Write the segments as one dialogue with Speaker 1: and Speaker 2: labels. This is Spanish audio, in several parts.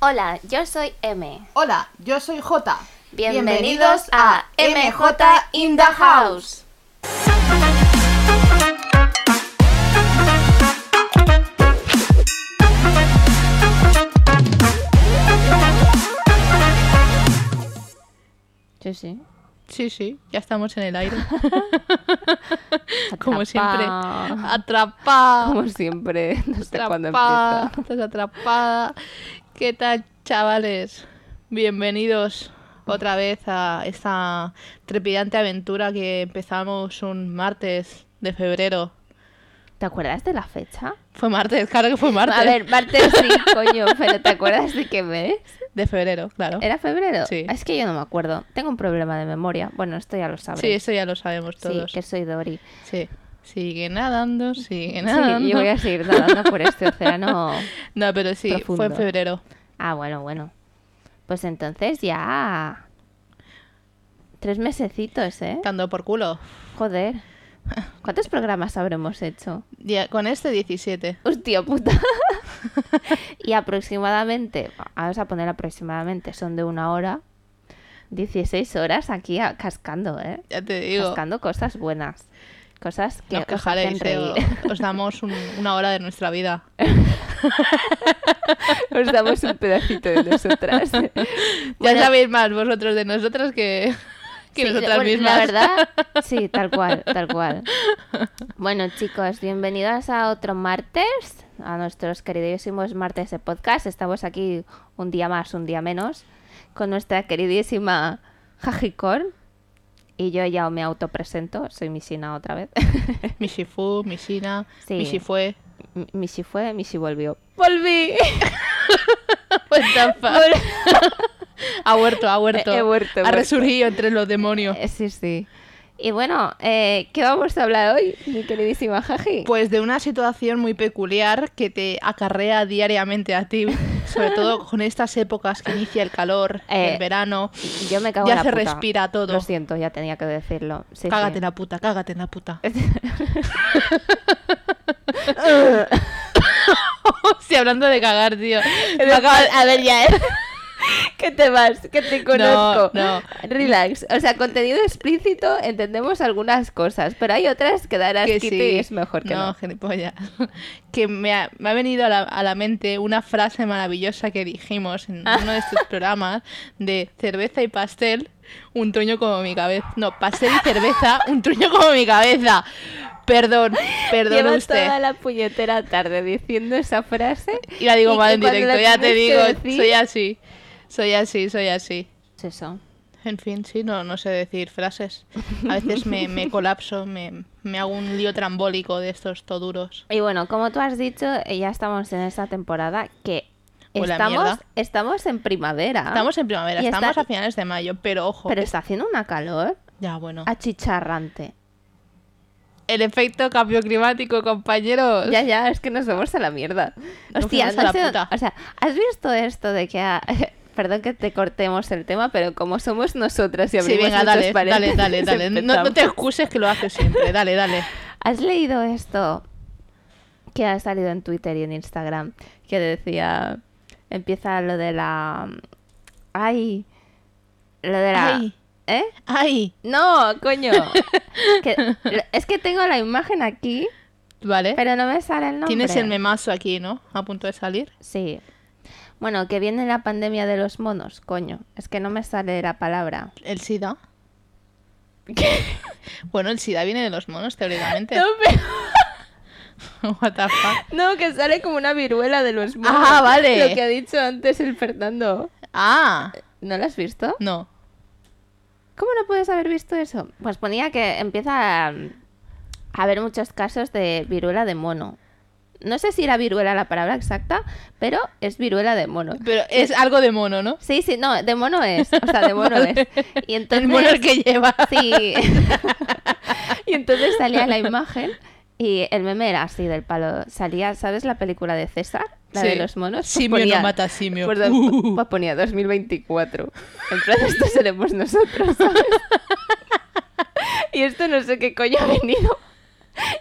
Speaker 1: Hola, yo soy M.
Speaker 2: Hola, yo soy J.
Speaker 1: Bienvenidos a MJ in the House.
Speaker 3: Sí, sí.
Speaker 4: Sí, sí, ya estamos en el aire. Como siempre.
Speaker 3: Atrapada.
Speaker 4: Atrapada.
Speaker 3: Como siempre, no sé cuándo
Speaker 4: atrapada.
Speaker 3: empieza.
Speaker 4: Estás atrapada. ¿Qué tal, chavales? Bienvenidos otra vez a esta trepidante aventura que empezamos un martes de febrero.
Speaker 3: ¿Te acuerdas de la fecha?
Speaker 4: Fue martes, claro que fue martes.
Speaker 3: A ver, martes sí, coño, pero ¿te acuerdas de qué mes?
Speaker 4: De febrero, claro.
Speaker 3: ¿Era febrero?
Speaker 4: Sí.
Speaker 3: Es que yo no me acuerdo. Tengo un problema de memoria. Bueno, esto ya lo sabré.
Speaker 4: Sí, eso ya lo sabemos
Speaker 3: Sí,
Speaker 4: todos.
Speaker 3: que soy Dori.
Speaker 4: Sí. Sigue nadando, sigue nadando.
Speaker 3: Sí, yo voy a seguir nadando por este océano.
Speaker 4: No, pero sí, fue en
Speaker 3: profundo.
Speaker 4: febrero.
Speaker 3: Ah, bueno, bueno. Pues entonces ya... Tres mesecitos, ¿eh?
Speaker 4: Dando por culo.
Speaker 3: Joder. ¿Cuántos programas habremos hecho?
Speaker 4: Ya- con este 17.
Speaker 3: Hostia puta. y aproximadamente, vamos a poner aproximadamente, son de una hora, 16 horas aquí a- cascando, ¿eh?
Speaker 4: Ya te digo.
Speaker 3: Cascando cosas buenas. Cosas que
Speaker 4: No os
Speaker 3: os hacen
Speaker 4: quejaréis, eh, o-
Speaker 3: reír.
Speaker 4: os damos un- una hora de nuestra vida.
Speaker 3: Os damos un pedacito de nosotras. Bueno,
Speaker 4: ya sabéis más vosotros de nosotras que, que
Speaker 3: sí,
Speaker 4: nosotras
Speaker 3: bueno,
Speaker 4: mismas.
Speaker 3: La verdad, sí, tal cual, tal cual. Bueno, chicos, bienvenidos a otro martes, a nuestros queridísimos martes de podcast. Estamos aquí un día más, un día menos, con nuestra queridísima Jajicorn. Y yo ya me autopresento, soy Misina otra vez.
Speaker 4: Mi Shifu, mi Sina,
Speaker 3: Sí.
Speaker 4: mi Shifue.
Speaker 3: Mi- mi si fue, mi si volvió. ¡Volví!
Speaker 4: What the fuck. Pues ha vuelto, ha vuelto.
Speaker 3: He- he vuelto, he
Speaker 4: ha
Speaker 3: vuelto.
Speaker 4: resurgido entre los demonios.
Speaker 3: Eh, sí, sí. Y bueno, eh, ¿qué vamos a hablar hoy, mi queridísima Jaji?
Speaker 4: Pues de una situación muy peculiar que te acarrea diariamente a ti, sobre todo con estas épocas que inicia el calor,
Speaker 3: Eh,
Speaker 4: el verano.
Speaker 3: Yo me cago
Speaker 4: Ya
Speaker 3: en la
Speaker 4: se
Speaker 3: puta.
Speaker 4: respira todo.
Speaker 3: Lo siento, ya tenía que decirlo. Sí, sí.
Speaker 4: cágate en la puta, cágate en la puta. sí, hablando de cagar, tío.
Speaker 3: Me acabas- A ver, ya, ¿eh? Que te vas, que te conozco.
Speaker 4: no.
Speaker 3: Relax. O sea, contenido explícito entendemos algunas cosas, pero hay otras que darás
Speaker 4: Que
Speaker 3: quite
Speaker 4: sí.
Speaker 3: y es mejor que no.
Speaker 4: gilipollas. Que me ha, me ha venido a la, a la mente una frase maravillosa que dijimos en
Speaker 3: Ah.
Speaker 4: uno de estos programas de cerveza y pastel, un truño como mi cabeza. No, pastel y cerveza, un truño como mi cabeza. Perdón, perdón
Speaker 3: Lleva
Speaker 4: usted.
Speaker 3: toda la puñetera tarde diciendo esa frase.
Speaker 4: Y la digo
Speaker 3: y
Speaker 4: mal
Speaker 3: que
Speaker 4: en
Speaker 3: cuando
Speaker 4: directo,
Speaker 3: la
Speaker 4: ya te
Speaker 3: tienes
Speaker 4: digo,
Speaker 3: que decir-
Speaker 4: soy así. Soy así, soy así.
Speaker 3: Es eso.
Speaker 4: En fin, sí, no, no sé decir frases. A veces me, me colapso, me, me hago un lío trambólico de estos toduros.
Speaker 3: Y bueno, como tú has dicho, eh, ya estamos en esta temporada que
Speaker 4: Huele a
Speaker 3: estamos,
Speaker 4: mierda.
Speaker 3: estamos en primavera.
Speaker 4: Estamos en primavera,
Speaker 3: Ah, Y está-
Speaker 4: estamos a finales de mayo, pero ojo.
Speaker 3: Pero está Ah. haciendo una calor
Speaker 4: Ya, bueno.
Speaker 3: achicharrante.
Speaker 4: El efecto cambio climático, compañeros.
Speaker 3: Ya, ya, es que nos vamos a la mierda.
Speaker 4: Nos
Speaker 3: Hostia,
Speaker 4: fuimos a
Speaker 3: no
Speaker 4: la
Speaker 3: sé-
Speaker 4: puta.
Speaker 3: o sea, ¿has visto esto de que... ha- Perdón que te cortemos el tema, pero como somos nosotras y
Speaker 4: Sí,
Speaker 3: abrimos
Speaker 4: venga,
Speaker 3: muchos
Speaker 4: dale, dale,
Speaker 3: paréntesis,
Speaker 4: dale, dale. No, no te
Speaker 3: empezamos.
Speaker 4: excuses que lo haces siempre. Dale, dale.
Speaker 3: ¿Has leído esto que ha salido en Twitter y en Instagram? Que decía... Empieza lo de la... Ay... Lo de la...
Speaker 4: Ay.
Speaker 3: ¿Eh?
Speaker 4: ¡Ay!
Speaker 3: No, coño. Que- es que tengo la imagen aquí,
Speaker 4: Vale.
Speaker 3: pero no me sale ¿Eh? el nombre.
Speaker 4: Tienes el memazo aquí, ¿no? A punto de salir.
Speaker 3: Sí. Bueno, que viene la pandemia de los monos, coño. Es que no me sale la palabra.
Speaker 4: El SIDA. Bueno, el SIDA viene de los monos, teóricamente. What the fuck.
Speaker 3: no, que sale como una viruela de los monos.
Speaker 4: Ah, vale.
Speaker 3: Lo que ha dicho antes el Fernando.
Speaker 4: Ah,
Speaker 3: ¿No lo has visto?
Speaker 4: no.
Speaker 3: ¿Cómo no puedes haber visto eso? Pues ponía que empieza a, a haber muchos casos de viruela de mono. No sé si era viruela la palabra exacta, pero es viruela de mono.
Speaker 4: Pero es algo de mono, ¿no?
Speaker 3: Sí, sí, no, de mono es. O sea, de mono
Speaker 4: Vale.
Speaker 3: es. Y entonces...
Speaker 4: El mono el que lleva.
Speaker 3: Sí. y entonces salía la imagen y el meme era así del palo. Salía, ¿sabes la película de César? La de
Speaker 4: Sí.
Speaker 3: los monos.
Speaker 4: Simio no mata simio.
Speaker 3: pues de-
Speaker 4: Uh.
Speaker 3: pues ponía 2024. En plan, esto seremos nosotros, ¿sabes? y esto no sé qué coño ha venido.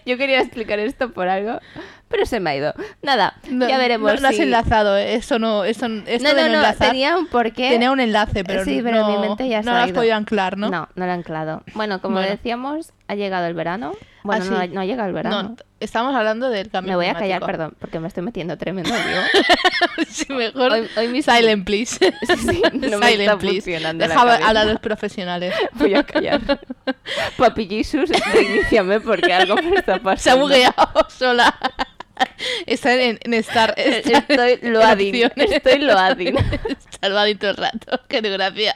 Speaker 3: Yo quería explicar esto por algo, pero se me ha ido. Nada, ya veremos.
Speaker 4: No, no has
Speaker 3: si-
Speaker 4: enlazado, eh, eso no, eso, esto
Speaker 3: No,
Speaker 4: de
Speaker 3: no, no,
Speaker 4: enlazar-
Speaker 3: tenía un porqué.
Speaker 4: tenía un enlace, pero,
Speaker 3: Sí, pero en
Speaker 4: no,
Speaker 3: mi mente ya se
Speaker 4: no lo
Speaker 3: ha
Speaker 4: has
Speaker 3: ido.
Speaker 4: podido anclar, ¿no?
Speaker 3: No, no lo he anclado. Bueno, como
Speaker 4: Bueno.
Speaker 3: decíamos, ha llegado el verano. Bueno,
Speaker 4: Ah,
Speaker 3: no,
Speaker 4: sí.
Speaker 3: no ha llegado el verano.
Speaker 4: No, estamos hablando del cambio
Speaker 3: me voy a callar,
Speaker 4: climático.
Speaker 3: perdón, porque me estoy metiendo tremendo lío.
Speaker 4: sí, mejor
Speaker 3: Hoy- hoy mis-
Speaker 4: silent, please.
Speaker 3: Sí, sí, no me está funcionando la
Speaker 4: Deja
Speaker 3: cabeza.
Speaker 4: hablar a los profesionales.
Speaker 3: Voy a callar. Papi Jesus, reiníciame porque algo me está
Speaker 4: Se ha
Speaker 3: pasando.
Speaker 4: bugueado sola. Está en, en estar. está
Speaker 3: Estoy
Speaker 4: en
Speaker 3: loading,
Speaker 4: opciones.
Speaker 3: estoy loading.
Speaker 4: Está loading todo el rato. Qué desgracia.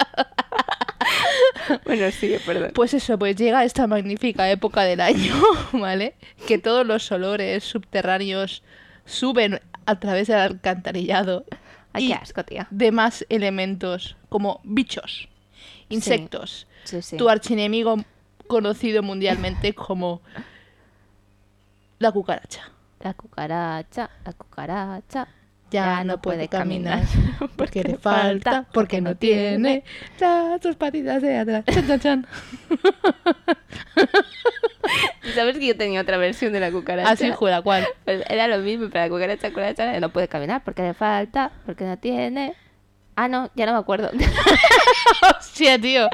Speaker 3: Bueno, sí, perdón.
Speaker 4: Pues eso, pues llega esta magnífica época del año, ¿vale? Que todos los olores subterráneos suben a través del alcantarillado.
Speaker 3: Ay,
Speaker 4: y
Speaker 3: qué asco, tía.
Speaker 4: demás elementos, como bichos, insectos,
Speaker 3: Sí, sí.
Speaker 4: tu archienemigo conocido mundialmente como la cucaracha.
Speaker 3: La cucaracha, la cucaracha.
Speaker 4: Ya, no puede caminar, porque le falta, porque no tiene las sus patitas de atrás. Chan, chan, chan.
Speaker 3: ¿Y sabes que yo tenía otra versión de la cucaracha?
Speaker 4: Así juega cual.
Speaker 3: Pues era lo mismo, pero la cucaracha, cucaracha eh, no puede caminar porque le falta, porque no tiene. Ah, no, ya no me acuerdo.
Speaker 4: Hostia, tío.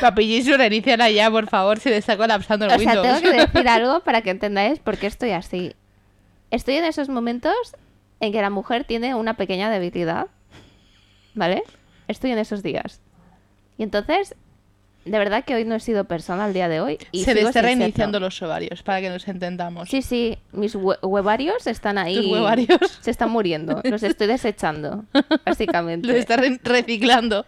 Speaker 4: Papi Jesús, reiniciala ya, por favor, se le está colapsando el
Speaker 3: o sea,
Speaker 4: Windows.
Speaker 3: tengo que decir algo para que entendáis por qué estoy así. Estoy en esos momentos en que la mujer tiene una pequeña debilidad. ¿Vale? Estoy en esos días. Y entonces, de verdad que hoy no he sido persona al día de hoy. Y
Speaker 4: se le
Speaker 3: sigo
Speaker 4: está
Speaker 3: sin serlo.
Speaker 4: reiniciando los ovarios, para que nos entendamos.
Speaker 3: Sí, sí, mis hue- huevarios están ahí.
Speaker 4: Tus huevarios.
Speaker 3: Se están muriendo. Los estoy desechando, básicamente.
Speaker 4: Lo está re- reciclando.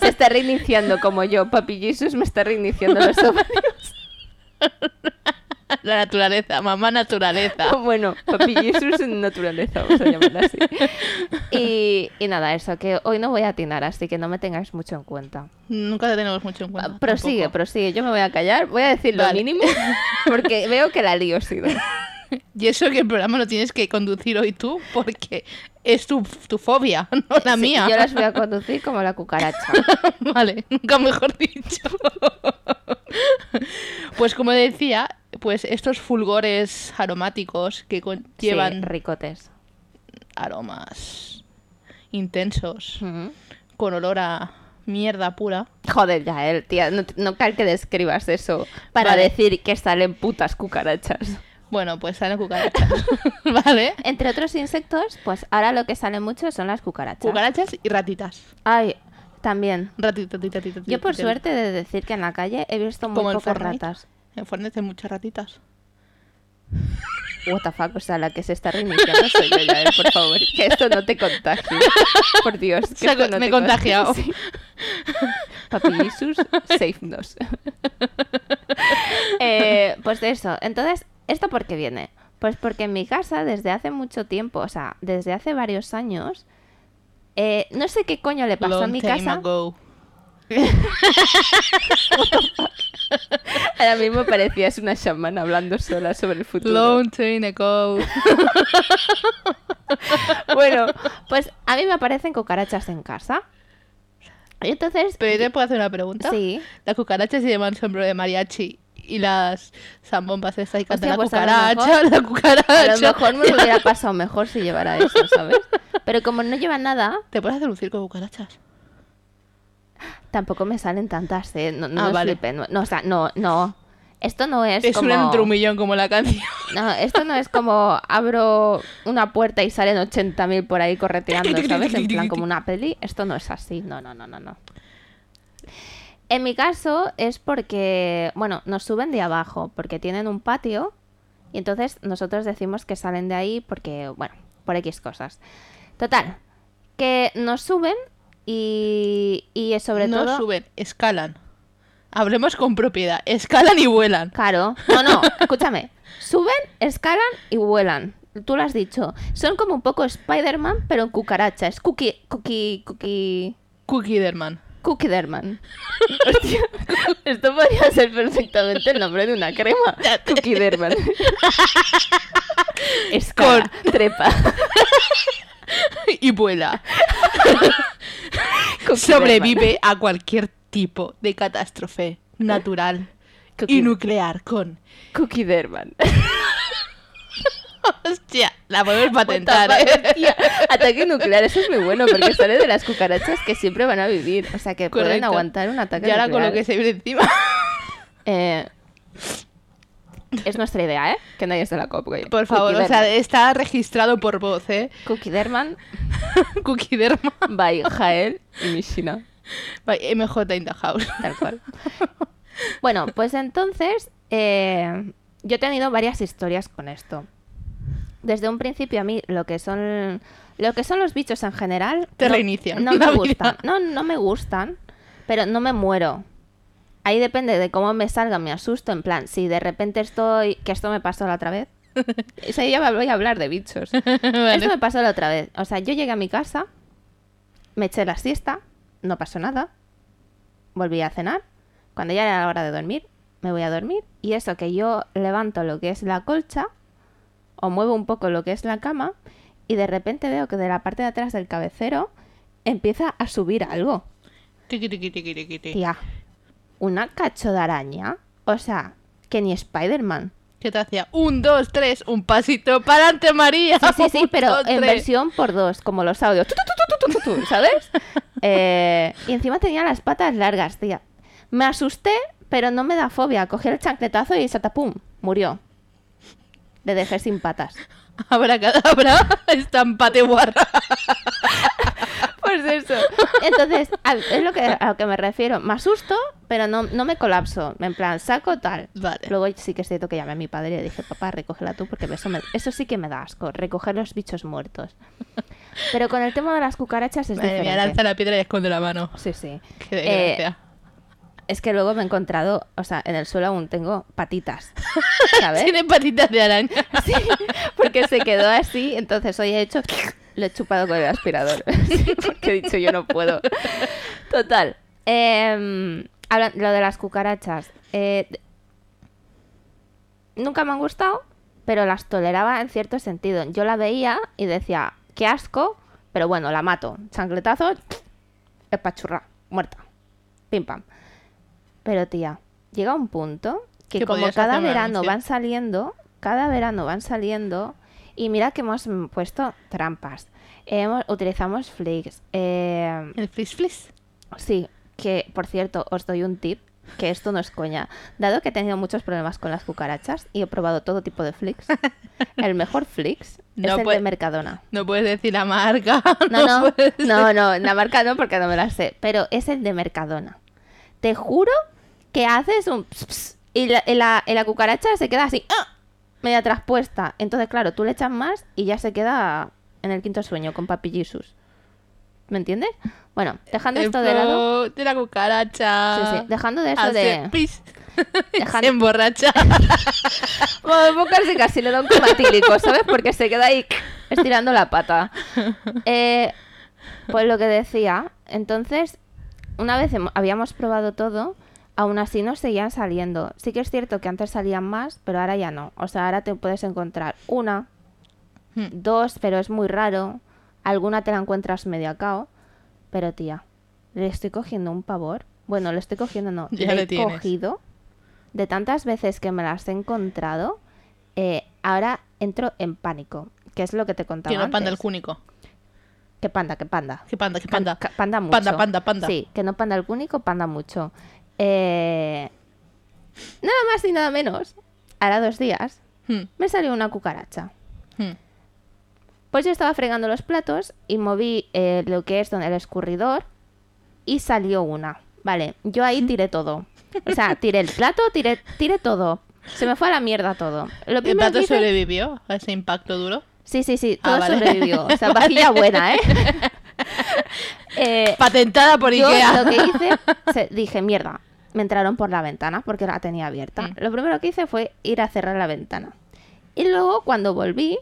Speaker 3: Se está reiniciando como yo. Papi Jesus me está reiniciando los ovarios.
Speaker 4: La naturaleza, mamá naturaleza.
Speaker 3: Bueno, Papi Jesus en naturaleza, vamos a llamarla así. Y, y nada, eso, que hoy no voy a atinar, así que no me tengáis mucho en cuenta. Ah,
Speaker 4: Nunca te tenemos mucho en cuenta.
Speaker 3: prosigue,
Speaker 4: tampoco.
Speaker 3: prosigue. Yo me voy a callar, voy a decir lo
Speaker 4: Vale.
Speaker 3: mínimo, porque veo que la lío sido.
Speaker 4: Y eso que el programa lo tienes que conducir hoy tú, porque es tu, tu fobia, no la
Speaker 3: Sí,
Speaker 4: mía.
Speaker 3: Yo las voy a conducir como la cucaracha.
Speaker 4: Vale, nunca mejor dicho. pues como decía, pues estos fulgores aromáticos que con-
Speaker 3: Sí,
Speaker 4: llevan
Speaker 3: ricotes.
Speaker 4: aromas intensos,
Speaker 3: Ujú.
Speaker 4: con olor a mierda pura.
Speaker 3: Joder, Yael, tía, no, no cal que describas eso para
Speaker 4: Vale.
Speaker 3: decir que salen putas cucarachas.
Speaker 4: Bueno, pues salen cucarachas, ¿vale?
Speaker 3: Entre otros insectos, pues ahora lo que sale mucho son las cucarachas.
Speaker 4: Cucarachas y ratitas.
Speaker 3: Ay, también.
Speaker 4: Ratita, ratita, ratita,
Speaker 3: Yo por
Speaker 4: ratita.
Speaker 3: suerte de decir que en la calle he visto muy
Speaker 4: Como el
Speaker 3: pocas
Speaker 4: Fortnite.
Speaker 3: ratas.
Speaker 4: En Fortnite hay muchas ratitas.
Speaker 3: What the fuck, o sea, la que se está reiniciando soy yo, Yael, por favor. Que esto no te contagie. Por Dios, que
Speaker 4: O sea,
Speaker 3: esto
Speaker 4: co-
Speaker 3: no
Speaker 4: me he
Speaker 3: te contagie.
Speaker 4: contagiado.
Speaker 3: Sí. Papi Jesus, save nos. Eh, pues de eso. Entonces, ¿esto por qué viene? Pues porque en mi casa desde hace mucho tiempo, o sea, desde hace varios años, eh, no sé qué coño le pasó a
Speaker 4: Long
Speaker 3: mi
Speaker 4: time
Speaker 3: casa.
Speaker 4: ago.
Speaker 3: Ahora mismo parecías una chamana hablando sola sobre el futuro.
Speaker 4: Long time ago.
Speaker 3: Bueno, pues a mí me aparecen cucarachas en casa. Y entonces...
Speaker 4: Pero yo te puedo hacer una pregunta.
Speaker 3: Sí.
Speaker 4: Las cucarachas se llevan sombrero de mariachi y las zambombas estas y cantan
Speaker 3: Hostia,
Speaker 4: la
Speaker 3: pues a lo
Speaker 4: cucaracha,
Speaker 3: mejor-
Speaker 4: la
Speaker 3: A
Speaker 4: cucaracha.
Speaker 3: lo mejor me lo hubiera pasado mejor si llevara eso, ¿sabes? Pero como no lleva nada,
Speaker 4: Te puedes hacer un circo de cucarachas.
Speaker 3: tampoco me salen tantas, ¿eh? No, no
Speaker 4: Ah,
Speaker 3: os
Speaker 4: vale.
Speaker 3: flipéis, no- No, o sea, no, no. Esto no es,
Speaker 4: Es,
Speaker 3: como...
Speaker 4: un entre un millón como la canción.
Speaker 3: No, esto no es como abro una puerta y salen 80.000 por ahí correteando, ¿sabes? En plan como una peli. Esto no es así. No, no, no, no, no. En mi caso es porque, bueno, nos suben de abajo, porque tienen un patio y entonces nosotros decimos que salen de ahí porque, bueno, por X cosas. Total, que nos suben y, y sobre
Speaker 4: no
Speaker 3: todo...
Speaker 4: suben, escalan. Hablemos con propiedad. Escalan y vuelan.
Speaker 3: Claro. No, no, escúchame. Suben, escalan y vuelan. Tú lo has dicho. Son como un poco Spider-Man, pero en cucaracha. Es cookie, cookie, cookie,
Speaker 4: Cookie Derman.
Speaker 3: cookie Derman. Hostia, esto podría ser perfectamente el nombre de una crema. Cookie Derman. Escala, trepa.
Speaker 4: y vuela.
Speaker 3: Cookie
Speaker 4: Sobrevive a cualquier tipo de catástrofe natural
Speaker 3: Cookie
Speaker 4: y
Speaker 3: Derman.
Speaker 4: nuclear con
Speaker 3: Cookie Derman.
Speaker 4: Hostia, la podemos patentar,
Speaker 3: Puta madre,
Speaker 4: ¿eh?
Speaker 3: tía. Ataque nuclear, eso es muy bueno porque sale de las cucarachas que siempre van a vivir. O sea que pueden
Speaker 4: Correcto.
Speaker 3: aguantar un ataque
Speaker 4: Y ahora con
Speaker 3: nuclear.
Speaker 4: lo que se viene encima.
Speaker 3: Eh, es nuestra idea, ¿eh? Que nadie se la copie.
Speaker 4: Por favor,
Speaker 3: Cookie
Speaker 4: o sea,
Speaker 3: Derman.
Speaker 4: está registrado por voz, ¿eh?
Speaker 3: Cookie Derman
Speaker 4: Cookie Derma.
Speaker 3: by Jael y Mishina.
Speaker 4: By MJ in the house.
Speaker 3: Tal cual. Bueno, pues entonces eh, yo he tenido varias historias con esto. Desde un principio a mí lo que son lo que son los bichos en general
Speaker 4: Te
Speaker 3: no-
Speaker 4: reinician
Speaker 3: No
Speaker 4: la
Speaker 3: me
Speaker 4: vida.
Speaker 3: gustan. No, no me gustan, pero no me muero. Ahí depende de cómo me salga, me asusto. En plan, si de repente estoy. Que esto me pasó la otra vez. O sea, ya voy a hablar de bichos. Esto me
Speaker 4: Vale.
Speaker 3: pasó la otra vez. O sea, yo llegué a mi casa, me eché la siesta, no pasó nada. Volví a cenar. Cuando ya era la hora de dormir, me voy a dormir. Y eso que yo levanto lo que es la colcha, o muevo un poco lo que es la cama, y de repente veo que de la parte de atrás del cabecero empieza a subir algo.
Speaker 4: Tiqui, tiqui, tiqui, tiqui, tiqui.
Speaker 3: Tía, una cacho de araña. O sea, que ni Spider-Man.
Speaker 4: ¿Qué te hacía? Un, dos, tres, un pasito para adelante, María.
Speaker 3: Sí, sí, sí,
Speaker 4: Un,
Speaker 3: pero
Speaker 4: dos,
Speaker 3: en
Speaker 4: tres.
Speaker 3: versión por dos, como los audios. Tu, tu, tu, tu, tu, tu, tu, ¿Sabes? Eh, y encima tenía las patas largas, tía. Me asusté, pero no me da fobia. Cogí el chancletazo y satapum, murió. Le dejé sin patas.
Speaker 4: Abracadabra, estampate guarra.
Speaker 3: Pues eso. Entonces, a- es lo que, a lo que me refiero. Me asusto, pero no, no me colapso. En plan, saco tal.
Speaker 4: Vale.
Speaker 3: Luego sí que es cierto que llamé a mi padre y le dije, papá, recógela tú, porque eso, me- eso sí que me da asco, recoger los bichos muertos. Pero con el tema de las cucarachas es
Speaker 4: Madre mía,
Speaker 3: diferente.
Speaker 4: lanza la piedra y esconde la mano.
Speaker 3: Sí, sí.
Speaker 4: Qué
Speaker 3: Eh,
Speaker 4: desgracia.
Speaker 3: es que luego me he encontrado, o sea, en el suelo aún tengo patitas, ¿sabes?
Speaker 4: Tiene patitas de araña.
Speaker 3: Sí, porque se quedó así, entonces hoy he hecho, lo he chupado con el aspirador, porque he dicho yo no puedo. Total. em, hablan- lo de las cucarachas. eh, nunca me han gustado, pero las toleraba en cierto sentido. Yo la veía y decía, qué asco, pero bueno, la mato. Chancletazo, espachurra, muerta. Pim pam. Pero tía, llega un punto que
Speaker 4: Que
Speaker 3: como
Speaker 4: podías
Speaker 3: cada
Speaker 4: hacer una
Speaker 3: verano
Speaker 4: denuncia.
Speaker 3: van saliendo, cada verano van saliendo, y mira que hemos mm, puesto trampas. Hemos- utilizamos flakes. eh,
Speaker 4: El flis flis.
Speaker 3: Sí, que por cierto, os doy un tip, que esto no es coña. Dado que he tenido muchos problemas con las cucarachas y he probado todo tipo de flicks, el mejor flicks
Speaker 4: No
Speaker 3: es el
Speaker 4: puede-
Speaker 3: de Mercadona.
Speaker 4: No puedes decir la marca.
Speaker 3: No, no,
Speaker 4: puedes-
Speaker 3: no, no, la marca no porque no me la sé, pero es el de Mercadona. Te juro que haces un ps, ps, y la, y la- y la cucaracha se queda así, ¡ah! media traspuesta. Entonces, claro, tú le echas más y ya se queda en el quinto sueño con Papi Jesus. ¿Me entiendes? Bueno, dejando
Speaker 4: El
Speaker 3: esto de lado.
Speaker 4: flow de la cucaracha.
Speaker 3: Sí, sí, dejando de eso
Speaker 4: Hace
Speaker 3: de-
Speaker 4: pis.
Speaker 3: Dejan-
Speaker 4: Se emborracha.
Speaker 3: Bueno, Boca casi casi le da un coma tílico, ¿sabes? Porque se queda ahí estirando la pata. Eh, pues lo que decía, entonces, una vez hemo- habíamos probado todo, aún así nos seguían saliendo. Sí que es cierto que antes salían más, pero ahora ya no. O sea, ahora te puedes encontrar una,
Speaker 4: Hmm.
Speaker 3: dos, pero es muy raro. Alguna te la encuentras media cao. Pero tía, le estoy cogiendo un pavor. Bueno, le estoy cogiendo, no.
Speaker 4: Ya
Speaker 3: le
Speaker 4: le
Speaker 3: he
Speaker 4: tienes.
Speaker 3: cogido. De tantas veces que me las he encontrado, eh, ahora entro en pánico. Que es lo que te contaba.
Speaker 4: Tiene un panda el
Speaker 3: antes.
Speaker 4: cúnico.
Speaker 3: Que panda, que panda.
Speaker 4: ¿Qué panda? ¿Qué panda?
Speaker 3: Ca- Panda mucho.
Speaker 4: Panda, panda, panda.
Speaker 3: Sí, que no panda el cúnico, panda mucho. Eh, Nada más y nada menos. Hará dos días
Speaker 4: Hmm,
Speaker 3: me salió una cucaracha.
Speaker 4: hmm.
Speaker 3: Pues yo estaba fregando los platos y moví eh, lo que es donde el escurridor y salió una. Vale, yo ahí tiré todo. O sea, tiré el plato, tiré, tiré todo. Se me fue a la mierda todo. Lo primero
Speaker 4: ¿El
Speaker 3: que
Speaker 4: plato
Speaker 3: hice-
Speaker 4: sobrevivió a ese impacto duro?
Speaker 3: Sí, sí, sí, todo
Speaker 4: Ah, vale.
Speaker 3: sobrevivió. O sea, vajilla buena, ¿eh? eh
Speaker 4: Patentada por
Speaker 3: yo
Speaker 4: Ikea.
Speaker 3: lo que hice, se- dije, mierda, me entraron por la ventana porque la tenía abierta.
Speaker 4: Mm.
Speaker 3: Lo primero que hice fue ir a cerrar la ventana. Y luego, cuando volví,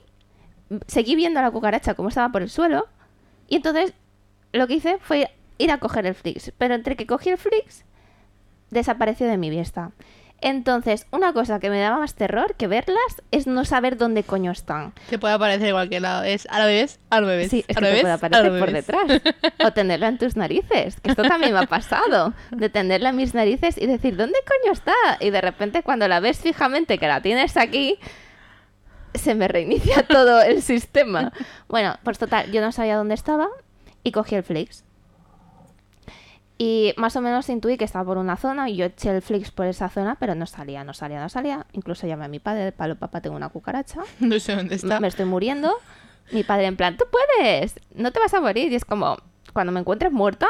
Speaker 3: m- seguí viendo a la cucaracha como estaba por el suelo. Y entonces, lo que hice fue ir a coger el Flix. Pero entre que cogí el Flix, desapareció de mi vista. Entonces, una cosa que me daba más terror que verlas es no saber dónde coño están.
Speaker 4: Te puede aparecer en cualquier lado. Es ahora me ves, ahora me ves.
Speaker 3: Sí, es que
Speaker 4: ahora me
Speaker 3: te
Speaker 4: ves,
Speaker 3: puede
Speaker 4: ahora
Speaker 3: aparecer
Speaker 4: me
Speaker 3: por
Speaker 4: ves.
Speaker 3: detrás. O tenerla en tus narices, que esto también me ha pasado. De tenerla en mis narices y decir, ¿dónde coño está? Y de repente cuando la ves fijamente que la tienes aquí, se me reinicia todo el sistema. Bueno, pues total, yo no sabía dónde estaba y cogí el Flix. Y más o menos intuí que estaba por una zona y yo eché el Flix por esa zona, pero no salía, no salía, no salía. Incluso llamé a mi padre, palo papá, tengo una cucaracha,
Speaker 4: No sé dónde está.
Speaker 3: me estoy muriendo. Mi padre en plan, tú puedes, no te vas a morir. Y es como, cuando me encuentres muerta,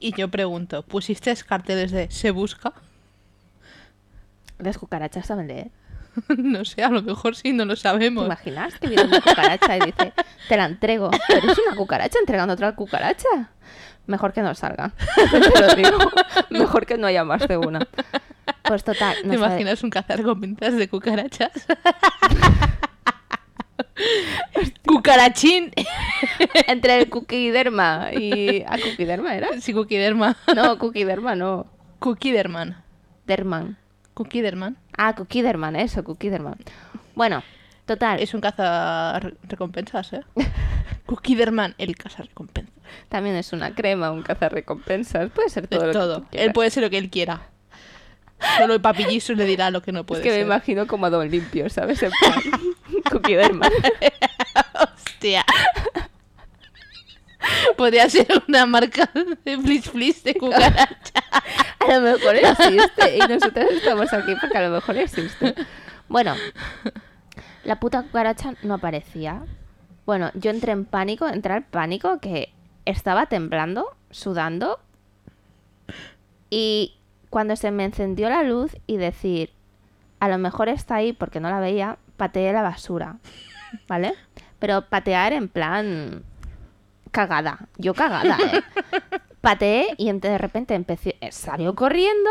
Speaker 4: Y yo pregunto, ¿pusiste carteles de se busca?
Speaker 3: las cucarachas saben leer.
Speaker 4: no sé, a lo mejor sí, no lo
Speaker 3: ¿Te
Speaker 4: sabemos.
Speaker 3: imaginas que viene una cucaracha y dice, te la entrego? Pero es una cucaracha entregando otra cucaracha. Mejor que no salga. Te lo digo. Mejor que no haya más de una. Pues total, no
Speaker 4: ¿Te
Speaker 3: sabe-
Speaker 4: imaginas un cazar con pintas de cucarachas? Cucarachín.
Speaker 3: entre el cuquiderma y... ¿A cuquiderma era?
Speaker 4: Sí, Cuquiderman.
Speaker 3: No, cuquiderma no.
Speaker 4: Cuquiderman.
Speaker 3: Derman.
Speaker 4: Cuquiderman
Speaker 3: Ah, cuquiderman, eso, cuquiderman. Bueno, total,
Speaker 4: es un caza recompensas, ¿eh? Cuquiderman, el caza recompensas.
Speaker 3: también es una crema, un cazarrecompensas. Puede ser todo
Speaker 4: Es
Speaker 3: lo que
Speaker 4: todo.
Speaker 3: tú
Speaker 4: Él
Speaker 3: quieras.
Speaker 4: puede ser lo que él quiera. Solo el papilliso le dirá lo que no puede
Speaker 3: Es que me
Speaker 4: ser.
Speaker 3: imagino como a Don Limpio, ¿sabes? En plan, cuquiderma.
Speaker 4: Hostia. Podría ser una marca de flis flis de cucaracha.
Speaker 3: A lo mejor existe y nosotros estamos aquí porque a lo mejor existe. Bueno, la puta cucaracha no aparecía. Bueno, yo entré en pánico, entré en pánico que estaba temblando, sudando y cuando se me encendió la luz y decir, a lo mejor está ahí porque no la veía, pateé la basura, ¿vale? Pero patear en plan cagada, yo cagada, ¿eh? pateé y ente- de repente empecé, eh, salió corriendo,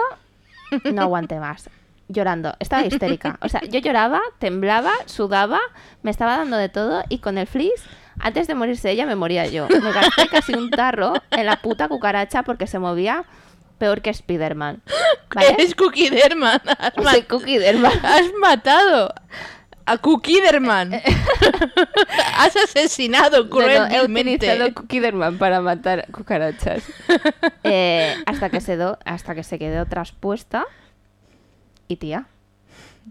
Speaker 3: no aguanté más, llorando, estaba histérica. O sea, yo lloraba, temblaba, sudaba, me estaba dando de todo y con el flis, antes de morirse ella, me moría yo. Me gasté casi un tarro en la puta cucaracha porque se movía peor que Spiderman. ¿Vale?
Speaker 4: Es Cuquiderman. Has, ma-
Speaker 3: Soy Cookie Derman.
Speaker 4: has matado a Cuquiderman. has asesinado
Speaker 3: Eh, No, no, he
Speaker 4: cruelmente.
Speaker 3: utilizado Cookie Derman para matar cucarachas. Eh, hasta, que se do- hasta que se quedó traspuesta. Y tía,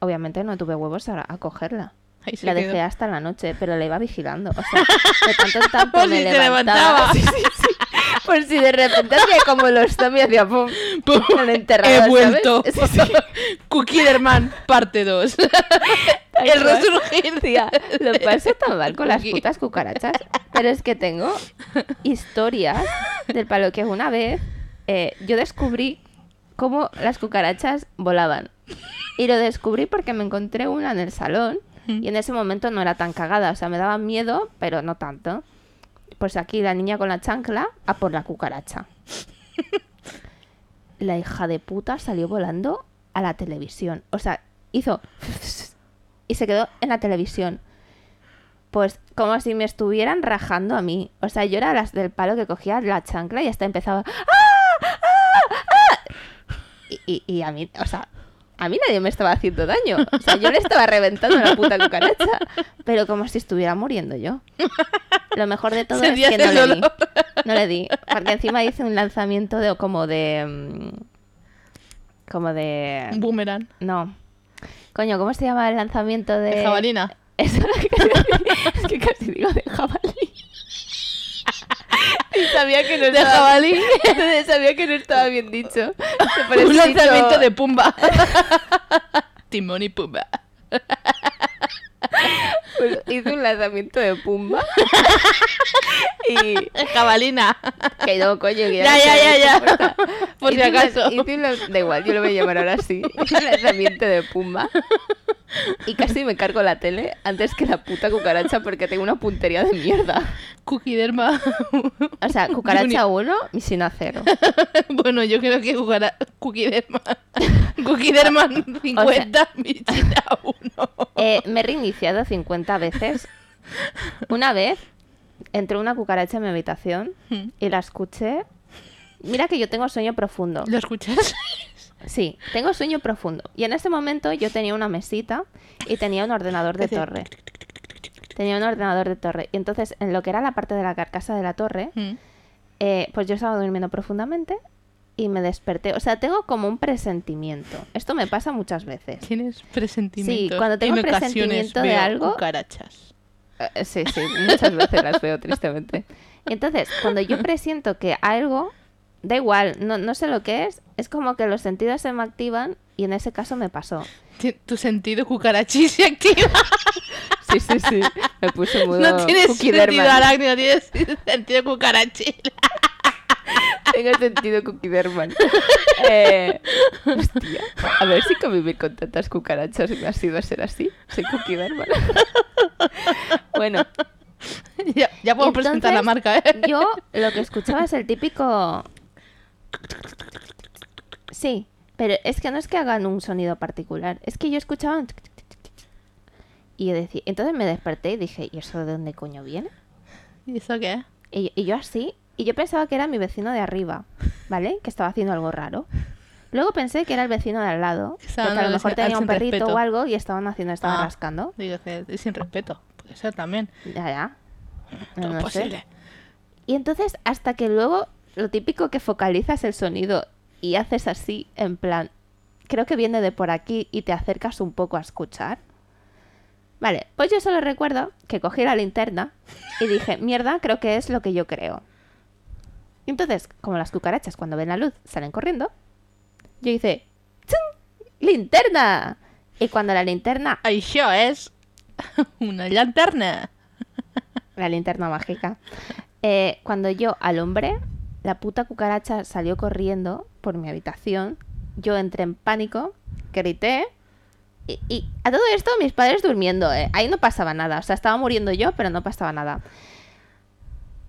Speaker 3: obviamente no tuve huevos a, a cogerla.
Speaker 4: Ahí se
Speaker 3: La
Speaker 4: quedó.
Speaker 3: dejé hasta la noche, pero la iba vigilando. O sea, de tanto en tanto
Speaker 4: Por
Speaker 3: me
Speaker 4: si te
Speaker 3: levantaba.
Speaker 4: levantaba.
Speaker 3: Sí, sí, sí. Por si de repente hacía como los zombies hacía pum.
Speaker 4: Pum,
Speaker 3: con el enterrador,
Speaker 4: He
Speaker 3: ¿sabes?
Speaker 4: vuelto.
Speaker 3: Sí, sí.
Speaker 4: Cuquiderman, parte 2. El
Speaker 3: cual.
Speaker 4: resurgir.
Speaker 3: Tía, lo pasé tan mal con las
Speaker 4: Cookie.
Speaker 3: putas cucarachas. Pero es que tengo historias del palo que una vez eh, yo descubrí cómo las cucarachas volaban. Y lo descubrí porque me encontré una en el salón y en ese momento no era tan cagada. O sea, me daba miedo, pero no tanto. Pues aquí la niña con la chancla a por la cucaracha. La hija de puta salió volando a la televisión. O sea, hizo... Y se quedó en la televisión. Pues como si me estuvieran rajando a mí. O sea, yo era las del palo que cogía la chancla y hasta empezaba... "¡Ah! ¡Ah! ¡Ah!". Y, y- y a mí, o sea, a mí nadie me estaba haciendo daño. O sea, yo le estaba reventando la puta cucaracha. Pero como si estuviera muriendo yo. Lo mejor de todo
Speaker 4: Sentías
Speaker 3: es que no
Speaker 4: el
Speaker 3: le di.
Speaker 4: dolor.
Speaker 3: No le di. Porque encima hice un lanzamiento de como de... mm, Como de...
Speaker 4: Boomerang.
Speaker 3: No. Coño, ¿cómo se llama el lanzamiento de...?
Speaker 4: De jabalina.
Speaker 3: Eso era que casi- es que casi digo de jabalí. Y sabía que no
Speaker 4: De
Speaker 3: estaba...
Speaker 4: jabalí.
Speaker 3: Entonces sabía que no estaba bien dicho. Por eso
Speaker 4: Un
Speaker 3: he dicho-
Speaker 4: lanzamiento de Pumba. Timón y Pumba.
Speaker 3: pues hice un lanzamiento de pumba. y...
Speaker 4: De jabalina.
Speaker 3: Que no, coño. que
Speaker 4: Ya,
Speaker 3: no
Speaker 4: ya,
Speaker 3: sé
Speaker 4: ya,
Speaker 3: de
Speaker 4: ya.
Speaker 3: qué se trata.
Speaker 4: Por si
Speaker 3: Hice un lan-
Speaker 4: acaso.
Speaker 3: hice un lan- Da igual, yo lo voy a llamar ahora sí. Hice un lanzamiento de pumba. Y casi me cargo la tele antes que la puta cucaracha porque tengo una puntería de mierda.
Speaker 4: Cookie Derma.
Speaker 3: O sea, cucaracha 1, misina 0.
Speaker 4: bueno, yo creo que jugará Cookie Derma. Cookie Derma 50, Michina 1.
Speaker 3: Eh, me he reiniciado 50 veces. Una vez entró una cucaracha en mi habitación y la escuché. Mira que yo tengo sueño profundo.
Speaker 4: ¿Lo escuchas?
Speaker 3: Sí, tengo sueño profundo. Y en ese momento yo tenía una mesita y tenía un ordenador de
Speaker 4: Hace
Speaker 3: torre. Tenía un ordenador de torre. Y entonces, en lo que era la parte de la carcasa de la torre,
Speaker 4: Mm.
Speaker 3: eh, pues yo estaba durmiendo profundamente y me desperté. O sea, tengo como un presentimiento. Esto me pasa muchas veces.
Speaker 4: Tienes presentimiento.
Speaker 3: Sí, cuando tengo
Speaker 4: en ocasiones
Speaker 3: presentimiento de
Speaker 4: veo
Speaker 3: algo-
Speaker 4: cucarachas.
Speaker 3: Eh, Sí, sí, muchas veces las veo tristemente. Entonces, cuando yo presiento que algo, da igual, no, no sé lo que es, es como que los sentidos se me activan y en ese caso me pasó.
Speaker 4: Ti- Tu sentido cucarachí se activa.
Speaker 3: Sí, sí, sí, me puse muy
Speaker 4: No tienes sentido arácnido, tienes sentido cucarachí.
Speaker 3: Tengo sentido Cookie Derman. Eh, hostia, a ver si convivir con tantas cucarachas me ha sido a ser así. Soy Cookie Derman. Bueno,
Speaker 4: Ya, ya puedo presentar la
Speaker 3: Entonces,
Speaker 4: marca, ¿eh?
Speaker 3: Yo lo que escuchaba es el típico. Sí, pero es que no es que hagan un sonido particular, es que yo escuchaba un. tic, tic, tic, tic, tic. Y yo decía, entonces me desperté y dije, ¿y eso de dónde coño viene?
Speaker 4: ¿Y eso qué?
Speaker 3: Y, y yo así, y yo pensaba que era mi vecino de arriba, ¿vale? Que estaba haciendo algo raro. Luego pensé que era el vecino de al lado, porque a
Speaker 4: Estaban
Speaker 3: lo
Speaker 4: dando
Speaker 3: mejor
Speaker 4: sin-
Speaker 3: tenía
Speaker 4: al
Speaker 3: un
Speaker 4: sin
Speaker 3: perrito
Speaker 4: respeto.
Speaker 3: o algo y estaban haciendo, estaban
Speaker 4: Ah.
Speaker 3: rascando.
Speaker 4: Digo, es es sin respeto. Puede ser también.
Speaker 3: Ya, ya.
Speaker 4: Todo
Speaker 3: No
Speaker 4: es
Speaker 3: sé.
Speaker 4: posible.
Speaker 3: Y entonces, hasta que luego, lo típico que focalizas el sonido y haces así, en plan, creo que viene de por aquí y te acercas un poco a escuchar. Vale, pues yo solo recuerdo que cogí la linterna y dije, mierda, creo que es lo que yo creo. Y entonces, como las cucarachas cuando ven la luz salen corriendo, yo hice, ¡Chun! ¡Linterna! Y cuando la linterna,
Speaker 4: Ay, yo es una lanterna.
Speaker 3: la linterna mágica, eh, cuando yo alumbré, la puta cucaracha salió corriendo por mi habitación. Yo entré en pánico, grité. Y, y a todo esto, mis padres durmiendo, ¿eh? Ahí no pasaba nada. O sea, estaba muriendo yo, pero no pasaba nada.